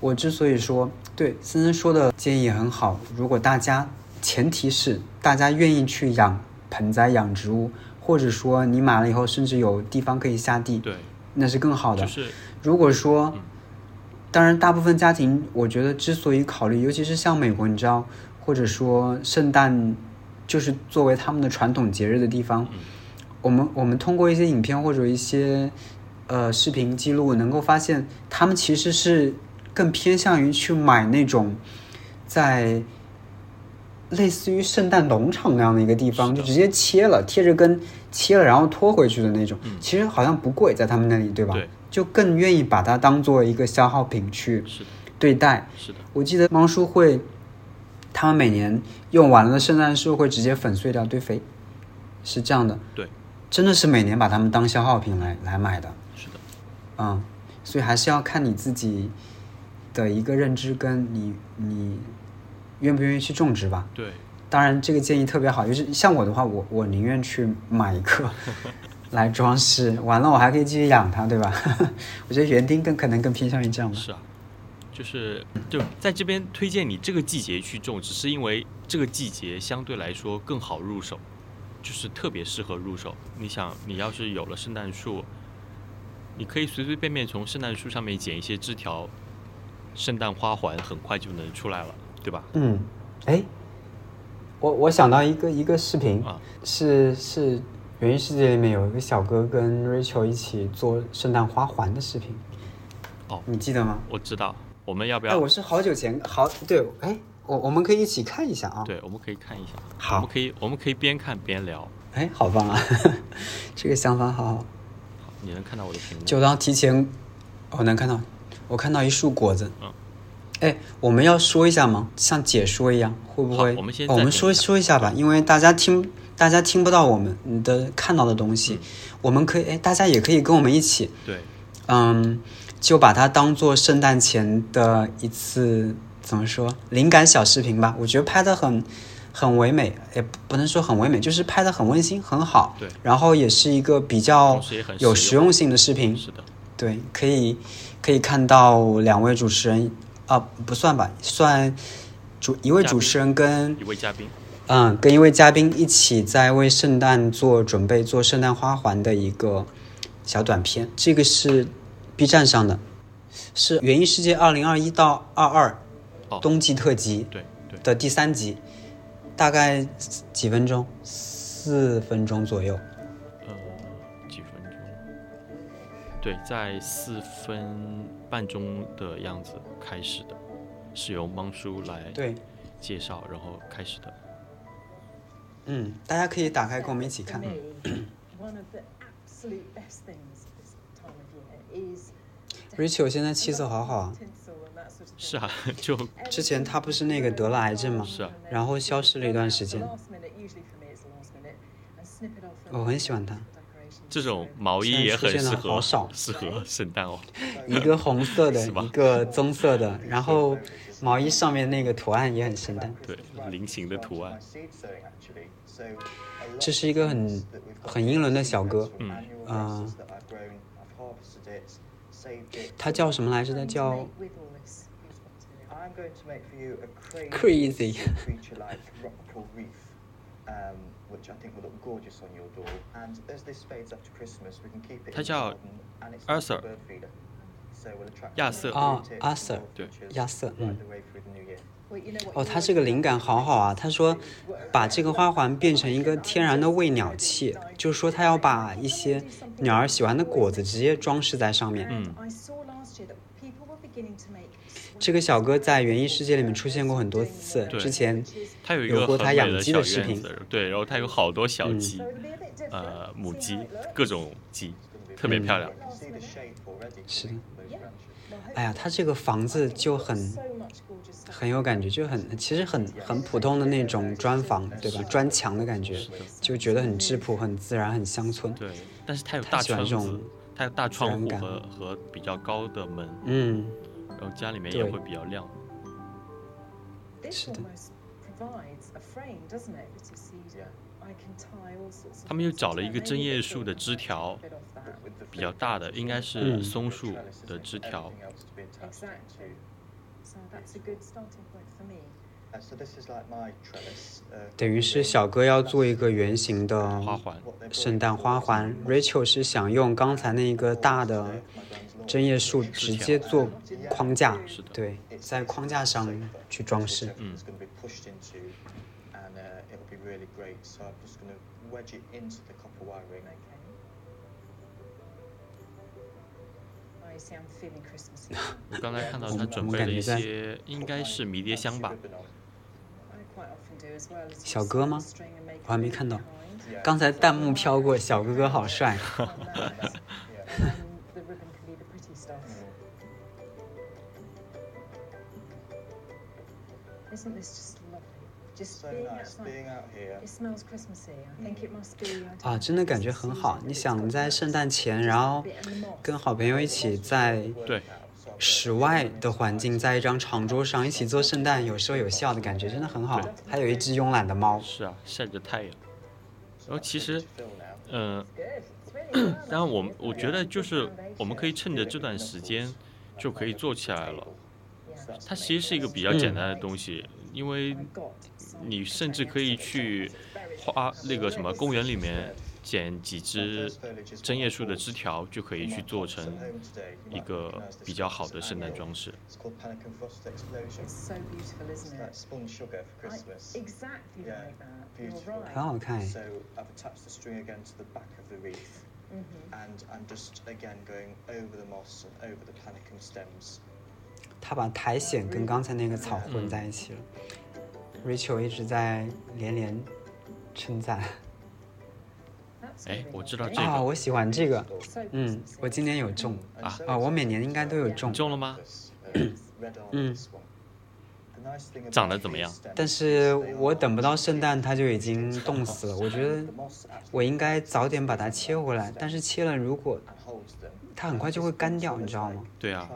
S1: 我之所以说对森森说的建议很好，如果大家前提是大家愿意去养盆栽养植物，或者说你买了以后甚至有地方可以下地，
S2: 对，
S1: 那是更好的。
S2: 就是
S1: 如果说
S2: 嗯，
S1: 当然，大部分家庭我觉得之所以考虑，尤其是像美国，你知道，或者说圣诞，就是作为他们的传统节日的地方，
S2: 嗯
S1: 我们我们通过一些影片或者一些呃视频记录，能够发现他们其实是更偏向于去买那种在类似于圣诞农场那样的一个地方，
S2: 是的
S1: 就直接切了，贴着根切了，然后拖回去的那种。
S2: 嗯
S1: 其实好像不贵，在他们那里，对吧？
S2: 对
S1: 就更愿意把它当做一个消耗品去
S2: 是的，
S1: 对待。
S2: 是的，
S1: 我记得芒叔会，他们每年用完了圣诞树会直接粉碎掉堆肥，是这样的。
S2: 对，
S1: 真的是每年把它们当消耗品来来买的。
S2: 是的，
S1: 嗯，所以还是要看你自己的一个认知，跟你你愿不愿意去种植吧。
S2: 对，
S1: 当然，这个建议特别好，就是像我的话，我我宁愿去买一 个来装饰，完了我还可以继续养它，对吧？ 我觉得园丁更可能更偏向于这样吧。
S2: 是啊，就是就在这边推荐你这个季节去种，只是因为这个季节相对来说更好入手，就是特别适合入手。你想，你要是有了圣诞树，你可以随随便便从圣诞树上面剪一些枝条，圣诞花环很快就能出来了，对吧？
S1: 嗯，哎，我我想到一个一个视频，
S2: 啊，
S1: 是是园艺世界里面有一个小哥跟 Rachel 一起做圣诞花环的视频，
S2: 哦
S1: 你记得吗？
S2: 我知道，我们要不
S1: 哎，
S2: 要？
S1: 我是好久前好对，哎，我我们可以一起看一下啊。，
S2: 对，我们可以看一下。我们
S1: 好，
S2: 可以，我们可以边看边聊。
S1: 哎，好棒啊， 这个想法好好。
S2: 好，你能看到我的屏幕？
S1: 就当提前，我能看到，我看到一束果子。
S2: 嗯。
S1: 哎，我们要说一下吗？像解说一样，会不会？
S2: 好我们先
S1: 哦我
S2: 暂
S1: 们
S2: 停
S1: 说
S2: 一下
S1: 说一下吧，因为大家听，大家听不到我们你的看到的东
S2: 嗯
S1: 西，我们可以，哎，大家也可以跟我们一起，
S2: 对，
S1: 嗯，就把它当做圣诞前的一次怎么说灵感小视频吧。我觉得拍的很很唯美，也不不能说很唯美，就是拍的很温馨，很好。
S2: 对。
S1: 然后也是一个比较
S2: 同时也很
S1: 有
S2: 实
S1: 实用性的视频，
S2: 是的，
S1: 对，可以可以看到两位主持人啊，不算吧，算主一位
S2: 嘉
S1: 主
S2: 宾
S1: 持人跟
S2: 一位嘉宾，
S1: 嗯，跟一位嘉宾一起在为圣诞做准备，做圣诞花环的一个小短片，这个是 B 站上的，是《园艺世界》二零二一到二二
S2: 哦
S1: 冬季特辑
S2: 对对，
S1: 的第三集，大概几分钟，四分钟左右。
S2: 呃，几分钟？对，在四分半钟的样子开始的，是由汪叔来
S1: 对，
S2: 介绍，然后开始的。
S1: 嗯，大家可以打开跟我们一起看。
S3: For me, one of the absolute best things this time of year is
S1: Rachel 现在气色好好啊，
S3: tinsel and that sort of
S2: 是
S3: thing.
S2: 啊，就
S1: 之前她不是那个得了癌症吗？
S2: 是啊
S1: 然后消失了一段时间，
S3: Last minute, usually for me it's last minute, and snip it off for
S1: 我很喜欢她，
S3: decoration.
S2: 这种毛衣也很
S1: 现在出现
S2: 适
S1: 的好
S2: 合，
S1: 少
S2: 适合圣诞哦。
S1: 一个红色的，
S2: 是吧
S1: 一个棕色的，然后毛衣上面那个图案也很圣诞。
S2: 对，菱形的图案，
S1: 这是一个很很英伦的小哥，
S2: 嗯
S1: 啊他叫什么来着？他叫
S3: With all this, who's got to do it?
S4: I'm going to make for you a crazy
S1: Crazy。
S4: creature like rockpool reef, um, which I think will look gorgeous on your door. And as this fades after Christmas, we can keep it in the
S2: 它叫
S4: garden, and it's not
S2: Arthur。
S4: a bird feeder. So we'll attract
S2: 亚瑟。
S1: 啊，
S4: some
S1: 阿瑟。
S4: features
S1: 亚瑟，
S4: right
S1: 嗯。
S4: the way through the new year.
S3: Well, you know what,
S1: 哦，
S3: you
S1: 他
S3: know
S1: 这个
S3: what?
S1: 灵感好好啊！他说，把这个花环变成一个天然的喂鸟器，就是说他要把一些鸟儿喜欢的果子直接装饰在上面。
S3: And
S2: 嗯。
S3: I saw last year that people were beginning to make
S1: 这个小哥在园艺世界里面出现过很多次，
S2: 对
S1: 之前
S2: 他有一
S1: 有
S2: 个
S1: 过
S2: 很
S1: 他
S2: 美
S1: 养
S2: 的
S1: 鸡
S2: 小
S1: 的视
S2: 院
S1: 频
S2: 子，对，然后他有好多小
S1: 嗯
S2: 鸡
S3: So，it'll be a bit different.
S2: 呃，母
S3: see
S2: 鸡
S3: how it looks.
S2: 各种鸡，特别
S1: 嗯
S2: 漂亮
S4: You。can see the shape already coming from those branches.
S1: 哎呀，他这个房子就很
S3: So much gorgeous stuff.
S1: 很有感觉，就很其实很很普通的那种砖房，对吧？砖墙的感觉，就觉得很质朴、很自然、很乡村。
S2: 对，但是它有
S1: 太
S2: 大
S1: 喜欢
S2: 窗
S1: 这
S2: 子
S1: 种，
S2: 它有大窗户
S1: 自然感
S2: 和和比较高的门，
S1: 嗯，
S2: 然后家里面也
S1: 对
S2: 会比较亮。
S3: This
S1: 是的
S3: almost provides a frame, doesn't it? That you see,
S4: Yeah.
S3: I can tie all sorts of
S2: 他们又找了一
S3: things
S2: 个
S3: to it.
S2: 针
S3: Maybe
S2: 叶
S3: it's
S2: 树
S3: all
S2: 的枝条
S3: a，bit off that.
S2: 比较大的，应该是
S1: 嗯
S2: 松树的枝条。
S3: Exactly. So that's a good starting point for me.
S1: 等于是小哥要做一个圆形的
S2: 花环，
S1: 圣诞花环。Rachel 是想用刚才那个大的针叶树直接做框架
S2: 是的，
S1: 对，在框架上去装饰。
S2: 嗯。
S4: And uh, it'll be really great. So I'm just going to wedge it into the copper wiring.
S3: Okay. I see. I'm feeling Christmas. now.
S2: 我刚才看到
S1: 我
S2: 他
S1: 们
S2: 准
S1: 我们
S2: 备
S1: 感
S2: 了一
S1: 觉在
S2: 些，应该是迷迭香吧，
S3: I quite often do as well. is use
S1: 小哥吗
S3: string and make
S1: 我还没
S3: it
S1: 看到
S3: kind.
S1: 刚才弹幕飘过，小哥哥好 帅。
S3: On that, and the ribbon can be the pretty stuff. Isn't this just lovely? Just
S4: So
S3: being
S4: nice
S3: outside.
S4: being out here.
S3: It smells Christmassy.
S2: Mm.
S3: I think it must be. I don't
S1: 啊，
S3: know,
S1: 真的感
S3: it's
S1: 觉
S3: the
S1: 很
S3: season,
S1: 好。
S3: but
S1: 你
S3: it's
S1: 想
S3: got
S1: 在
S3: that
S1: 圣诞前，然后
S3: bit and the moss.
S1: 跟好朋友一起在
S2: 对，
S1: 室外的环境，在一张长桌上一起做圣诞，有说有笑的感觉真的很好
S2: 对。
S1: 还有一只慵懒的猫，
S2: 是啊，晒着太阳。然后其实，嗯、呃，
S3: Good. It's really warm,
S2: 当然
S3: actually,
S2: 我们
S3: isn't
S2: 我
S3: it?
S2: 觉得
S3: It's a
S2: 就
S3: good
S2: 是我们
S3: foundation.
S2: 可以趁着这段时间就可以做起来了。
S3: Yeah.
S2: 它其实是一个比
S1: 嗯
S2: 较简单的东西，因为
S3: I got some
S2: 你甚至可以去花那个什么公园里面剪几只针叶树的枝条就可以去做成一个比较好的圣诞装饰。
S4: It's called Panic and Frost Explosion.
S3: It's so beautiful,
S4: It's
S3: isn't
S4: like
S3: it?
S4: spun sugar for Christmas.
S3: I, exactly
S4: Yeah,
S3: like that.
S4: beautiful.
S3: You're right.
S1: 很好看哎。
S4: So I've attached the string again to the back of the wreath,
S3: Mhm.
S4: and I'm just again going over the moss and over the panicum stems.
S1: 他把苔藓跟刚才那个草混在一起了。Rachel 一直在连连称赞
S3: That's
S2: 哎
S3: really，
S2: 我知道
S3: lovely. Oh,
S2: 这
S1: 啊，
S2: 个
S1: 我喜欢这个。
S3: So
S1: 嗯，
S3: Christmassy.
S1: 我今年有中
S4: And so
S1: 啊，我每年
S4: excited
S1: 应该都有
S4: about
S1: 中，
S2: 中 Ah. 了吗？
S4: this, uh, red orange swan. The nice thing about
S2: 长得怎么样？
S4: these stems
S1: 但是
S4: is they are
S1: 我等不到圣诞
S4: not
S1: 它就已经冻死了。我觉得
S4: The moss actually
S1: 我应该早点把它
S4: stays
S1: 切
S4: on
S1: 回
S4: the
S1: 来，但是
S4: stems
S1: 切了如果
S4: and holds them.
S1: 它很快就会干掉，你知道吗？
S2: 对啊，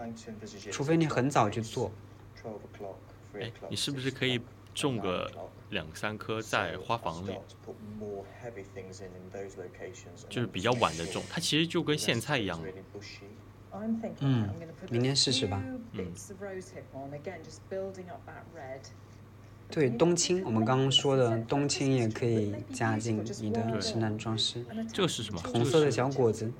S1: 除非你很早去做。
S2: 哎，你是不是可以种个两三颗在花房里，就是比较晚的种？它其实就跟苋菜一样嘛。
S3: I'm thinking
S1: 嗯
S3: I'm going to put
S1: 明年
S3: a
S1: 试试吧嗯
S3: few bits of rose hip on again, just building up that red.
S1: 对冬青，我们刚刚说的冬青也可以加进你的
S2: 对
S1: 圣诞装饰，
S3: And attach
S2: 这个是什么
S3: it to
S1: 红色的小果子，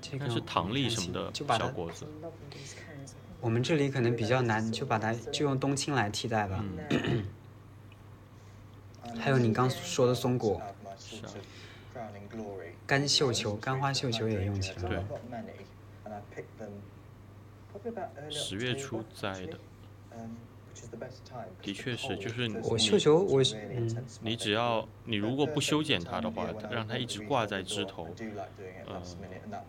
S1: 这
S2: 应
S1: 个
S2: 该是糖
S1: 我
S2: 粒
S1: 看
S2: 什
S1: 行
S2: 么的
S1: 就把
S2: 小
S1: 它
S2: 果
S3: It's
S2: 子。
S3: lovely, these cones.
S1: 我们这里可能比较难，就把它就用冬青来替代吧。
S2: 嗯
S3: No.
S1: 还有你刚说的松果，
S2: 是啊
S1: 干绣球、干花绣球也用起来。
S2: 对
S4: 十月初摘的，um,
S2: 的确是就是
S1: 我
S4: 我
S1: 绣球
S4: 绣球，
S1: 我
S4: 我
S1: 是嗯
S2: 你只要你如果不修剪它的话，让它一直挂在枝头，呃，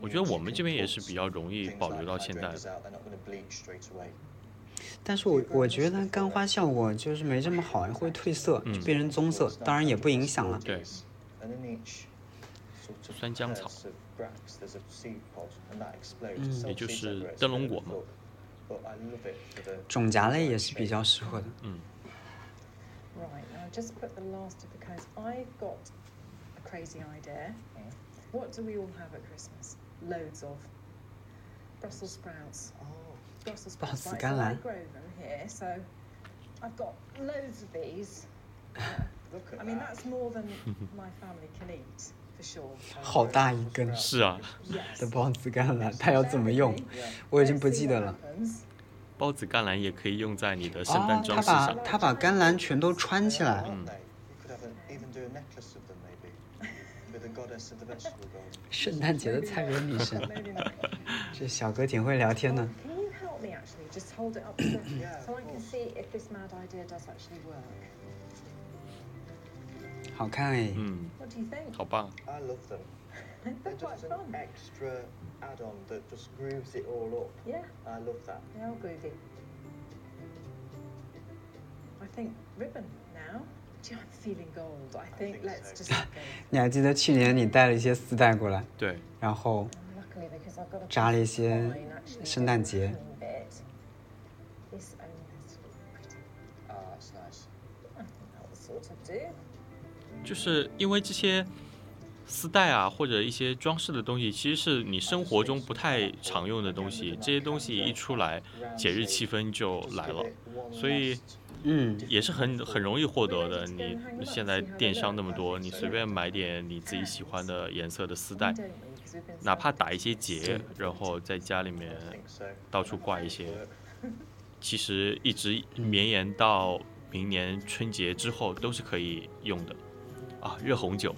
S2: 我觉得我们这边也是比较容易保留到现在的。
S1: 但是我我觉得它干花效果就是没这么好，会褪色，
S2: 嗯
S1: 就变成棕色，当然也不影响了。
S2: 对酸浆草
S1: 嗯
S2: 也就是灯笼果嘛。
S1: 种荚类也是比较适合的。
S2: 嗯，
S3: Right, now I've just put the last of the cones. I've got a crazy idea. What do we all have at Christmas? Loads of Brussels sprouts. Brussels sprouts.
S1: Brussels
S3: Right, so I
S1: galette.
S3: grow them here, so I've got loads of these.
S2: 嗯
S3: I mean, that's more than my family can eat, for sure.
S1: 好大一根
S2: 是啊，
S3: Yes.
S1: 的孢子甘蓝，它要怎么用？我已经不记得了。
S2: 孢子甘蓝也可以用在你的圣
S1: 啊
S2: 诞，装
S1: 他
S2: 饰上
S1: 把。他把甘蓝全都穿起来，
S2: 嗯
S1: 圣诞节的菜园女神， 这小哥挺会聊天的。
S3: Oh, Can you help me actually? Just hold it up to the-
S4: Yeah,
S3: so
S4: of
S3: I can
S4: course.
S3: see if this mad idea does actually work.
S1: 好看哎，
S2: 嗯，
S3: What do you think?
S4: Oh,
S2: 好棒。
S4: I love them.
S3: They're
S4: They're
S3: quite
S4: just an
S3: fun.
S4: extra add-on that just grooves it all
S3: Yeah,
S4: up. I love that.
S3: they are groovy. I think ribbon now. Gee, I'm feeling gold. I think
S4: think
S3: let's
S4: so.
S3: just go.
S1: 你还记得去年你带了一些丝带过来，
S2: 对，
S1: 然后
S3: And Luckily, because I've got a
S1: 扎了一些
S3: fine, actually,
S1: 圣诞节
S3: hanging bit. This only has to be pretty.
S4: Ah, that's nice.
S3: I think that'll sort of do.
S2: 就是因为这些丝带啊，或者一些装饰的东西，其实是你生活中不太常用的东西。这些东西一出来，节日气氛就
S4: Just
S2: 来
S4: give
S2: 了，
S4: it one
S2: 所以
S4: last
S1: 嗯，
S2: 也是很很容易获得的。你现在电商那么多，你随便买点你自己喜欢的颜色的丝
S3: Why
S2: 带，
S3: don't we? Because we've been
S2: 哪
S3: so
S2: 怕打一些
S3: busy.
S2: 结，然后在家里
S4: I
S2: 面
S4: think so.
S2: 到处挂一些，其实一直绵延到明年春节之后都是可以用的。啊，热红酒，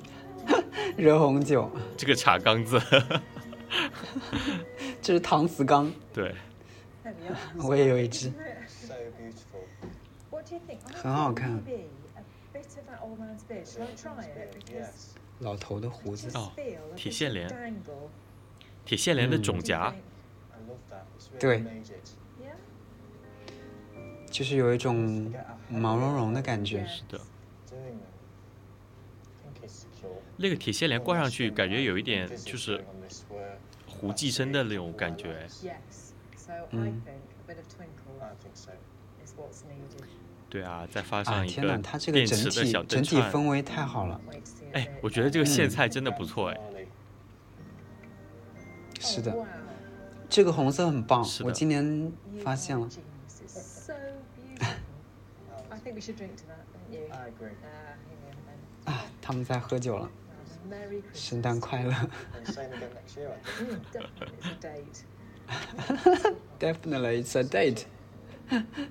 S1: 热红酒，
S2: 这个茶缸子，
S1: 这是搪瓷缸，
S2: 对。
S3: There we are.
S1: 我也有一只。
S4: So beautiful.
S3: What do you think? I
S1: 很好
S3: think
S1: 看
S3: Maybe a bit of that old man's beard. Shall I try it? Because
S4: Yes.
S1: 老头的
S3: I
S1: 胡子
S3: just
S2: 哦
S3: feel a
S2: 铁
S3: bit
S2: 线
S3: of
S2: 莲
S3: dangle.
S2: 铁线莲的
S1: 嗯
S2: 种
S3: Do you
S2: 荚，
S3: think?
S4: I love that. It's
S1: 对。
S4: really made it.
S3: Yeah.
S1: 就是有一
S3: Mm.
S1: 种毛茸茸的感觉
S3: Yeah.。
S2: 的
S4: Doing them. I think it's secure. 嗯
S2: 那个铁线莲挂上去，感觉有一点就是
S4: 胡
S2: 胡寄生的那种感觉。
S3: Yes. So I
S1: Mm.
S3: think a bit of twinkle is what's needed.
S2: 对啊，再发
S1: 啊
S2: 上一
S1: 天哪，
S2: 个
S1: 它这个
S2: 电
S1: 整
S2: 池的
S1: 体
S2: 小
S1: 整
S2: 灯
S1: 体氛
S2: 串。
S1: 围太好了，
S3: Wait to see if
S2: 哎
S3: it-
S2: 我觉得这个苋
S1: 嗯
S2: 菜真的不错哎，
S3: Oh,
S1: 是的，
S3: wow.
S1: 这个红色很棒
S2: 是，的
S1: 我今年
S3: You
S1: 发
S3: are
S1: 现了。
S3: genius. It's so beautiful. I think we should drink to that, don't you? Uh,
S4: I
S3: here
S4: agree.
S3: we are then.
S1: 啊，他们在喝酒了。
S3: Merry Christmas.
S1: 圣诞快乐
S4: And same again next year, I think.
S3: Mm, Definitely it's a date.
S1: ，Definitely it's a date。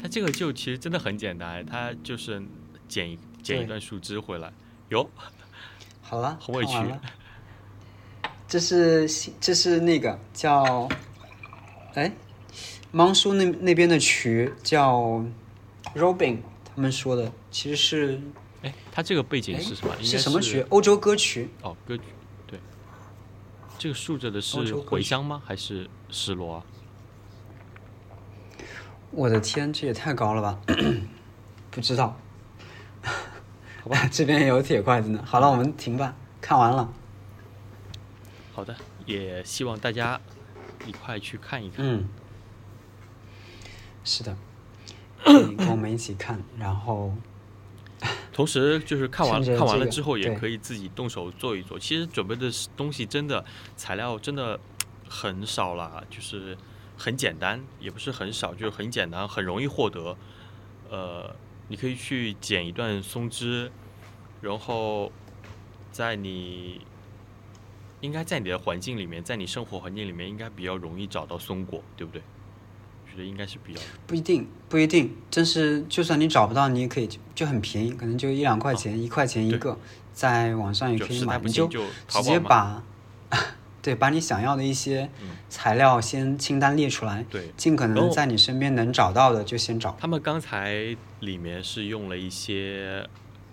S2: 它这个就其实真的很简单，它就是剪一剪一
S1: 对
S2: 段树枝回来。哟，
S1: 好了，
S2: 好委屈
S1: 看完了。这是新这是那个叫，哎，芒叔那那边的曲叫 Robin，他们说的其实是
S2: 哎，它这个背景
S1: 哎
S2: 是什么？应该
S1: 是什么曲？欧洲歌曲。
S2: 哦，歌曲。对，这个竖着的
S1: 欧
S2: 是
S1: 洲歌
S2: 茴
S1: 曲
S2: 香吗？还是石螺啊？
S1: 我的天，这也太高了吧！ 不知道，好吧， 这边也有铁筷子呢。好了，我们停吧，看完了。
S2: 好的，也希望大家一块去看一看。
S1: 嗯，是的，可以跟我们一起看，然后
S2: 同时，就是看完
S1: 趁着
S2: 看完
S1: 这
S2: 了
S1: 个
S2: 之后，也
S1: 对
S2: 可以自己动手做一做。其实准备的是东西真的材料真的很少啦，就是很简单，也不是很少，就是很简单，很容易获得。呃，你可以去剪一段松枝，然后在你应该在你的环境里面，在你生活环境里面，应该比较容易找到松果，对不对？觉得应该是比较
S1: 不一定，不一定，真是就算你找不到，你也可以就很便宜，可能就一两块钱，一块钱一
S2: 哦对
S1: 个，在网上也
S2: 就
S1: 可以
S2: 实
S1: 买，
S2: 在不
S1: 你
S2: 行
S1: 就
S2: 就
S1: 直
S2: 淘宝
S1: 接
S2: 嘛。
S1: 把 对把你想要的一些
S2: 嗯
S1: 材料先清单列出来，
S2: 对
S1: 尽可
S2: 然
S1: 能
S2: 后
S1: 在你身边能找到的就先找。
S2: 他们刚才里面是用了一些，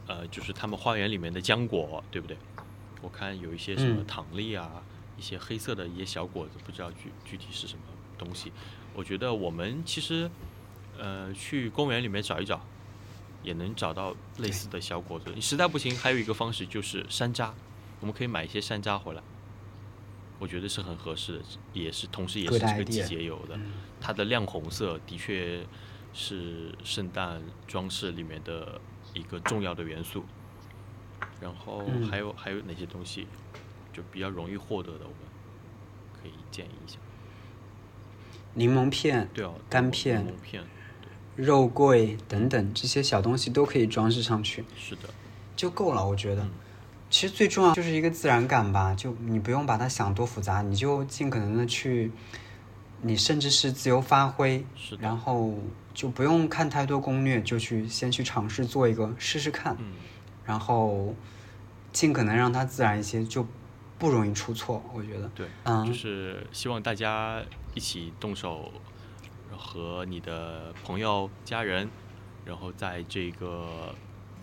S2: 呃，就是他们花园里面的浆果，对不对？我看有一些什么
S1: 嗯
S2: 糖粒啊，一些黑色的一些小果子，不知道具具体是什么东西。我觉得我们其实，呃，去公园里面找一找，也能找到类似的小果子。你实在不行，还有一个方式就是山楂，我们可以买一些山楂回来。我觉得是很合适的，也是同时也是
S1: Good
S2: 这个季
S1: idea 嗯
S2: 节有的。它的亮红色的确是圣诞装饰里面的一个重要的元素。然后
S1: 嗯
S2: 还有、还有哪些东西就比较容易获得的，我们可以建议一下。
S1: 柠檬片、
S2: 对哦，
S1: 干
S2: 柠檬
S1: 片
S2: 柠檬片
S1: 肉桂等等这些小东西都可以装饰上去，
S2: 是的，
S1: 就够了。我觉得
S2: 嗯，
S1: 其实最重要就是一个自然感吧，就你不用把它想多复杂，你就尽可能的去，你甚至是自由发挥，
S2: 是的，
S1: 然后就不用看太多攻略，就去先去尝试做一个试试看，
S2: 嗯，
S1: 然后尽可能让它自然一些，就不容易出错。我觉得，
S2: 对，
S1: 嗯
S2: 就是希望大家一起动手，和你的朋友、家人，然后在这个，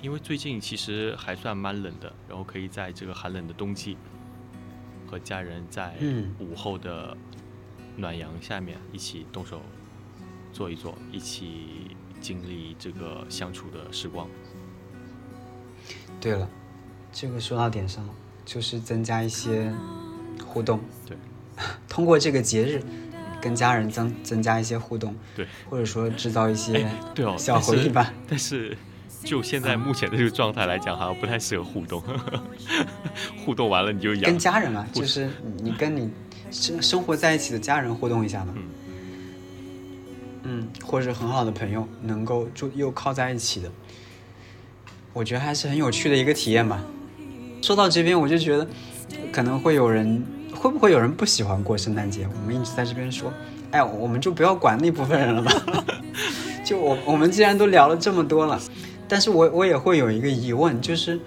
S2: 因为最近其实还算蛮冷的，然后可以在这个寒冷的冬季，和家人在
S1: 嗯
S2: 午后的暖阳下面一起动手做一做，一起经历这个相处的时光。
S1: 对了，这个说到点上了，就是增加一些互动。
S2: 对，
S1: 通过这个节日跟家人增增加一些互动，
S2: 对，
S1: 或者说制造一些
S2: 哎对哦
S1: 小
S2: 但是
S1: 回忆吧。
S2: 但是就现在目前的这个状态来讲，好像不太适合互动， 互动完了你就痒
S1: 跟。家人啊，
S2: 互
S1: 就是你跟你生生活在一起的家人互动一下嘛。
S2: 嗯
S1: 嗯，或者很好的朋友能够住又靠在一起的，我觉得还是很有趣的一个体验吧。说到这边，我就觉得可能会有人，会不会有人不喜欢过圣诞节？我们一直在这边说，哎，我们就不要管那部分人了吧。 就我我们既然都聊了这么多了，但是我我也会有一个疑问，就是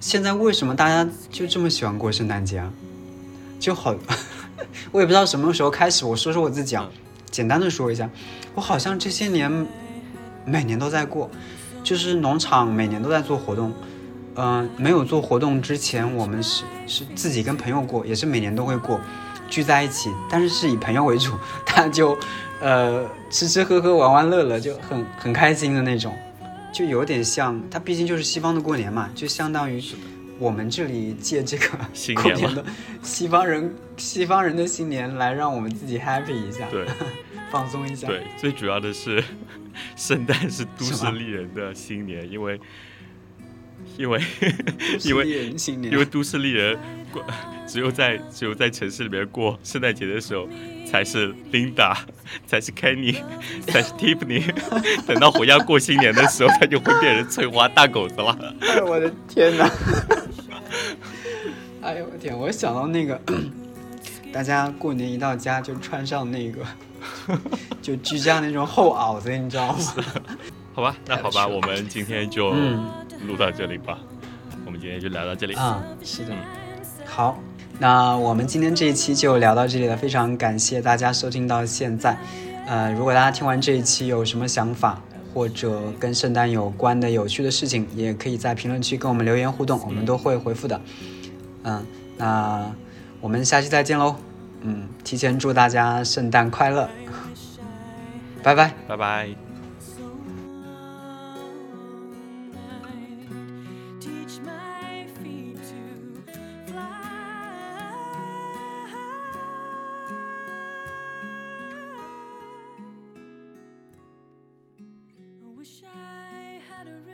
S1: 现在为什么大家就这么喜欢过圣诞节啊？就好， 我也不知道什么时候开始。我说说我自己啊，
S2: 嗯
S1: 简单的说一下，我好像这些年每年都在过，就是农场每年都在做活动。嗯、没有做活动之前，我们是是自己跟朋友过，也是每年都会过，聚在一起，但是是以朋友为主， 大家就呃吃吃喝喝玩玩乐乐，就很很开心的那种，就有点像它毕竟就是西方的过年嘛，就相当于我们这里借这个
S2: 新
S1: 过
S2: 年嘛
S1: 年的 西方人西方人的新年来让我们自己 happy 一下，
S2: 对
S1: 放松一下。
S2: 对，最主要的是，圣诞是都
S1: 是
S2: 市
S1: 吗
S2: 丽人的新年，因为因为
S1: 都市
S2: 因为
S1: 猎人新年，
S2: 因为都市丽人过，只有在只有在城市里面过圣诞节的时候，才是 Linda，才 是 Kenny，才 是 Tiffany。等 到回家过新年的时候，他就会变成翠花大狗子了。
S1: 哎我的天哪！ 哎呦我天！我想到那个， 大家过年一到家就穿上那个， 就居家那种厚袄子，你知道吗？
S2: 好吧，那好吧，我们今天就
S1: 嗯
S2: 录到这里吧。我们今天就聊到这里。
S1: 啊、是的。好，那我们今天这一期就聊到这里了，非常感谢大家收听到现在。呃，如果大家听完这一期有什么想法，或者跟圣诞有关的有趣的事情，也可以在评论区跟我们留言互动，我们都会回复的。嗯，那我们下期再见喽。嗯，提前祝大家圣诞快乐，拜拜。
S2: 拜拜。
S5: Teach my feet to fly. I wish I had a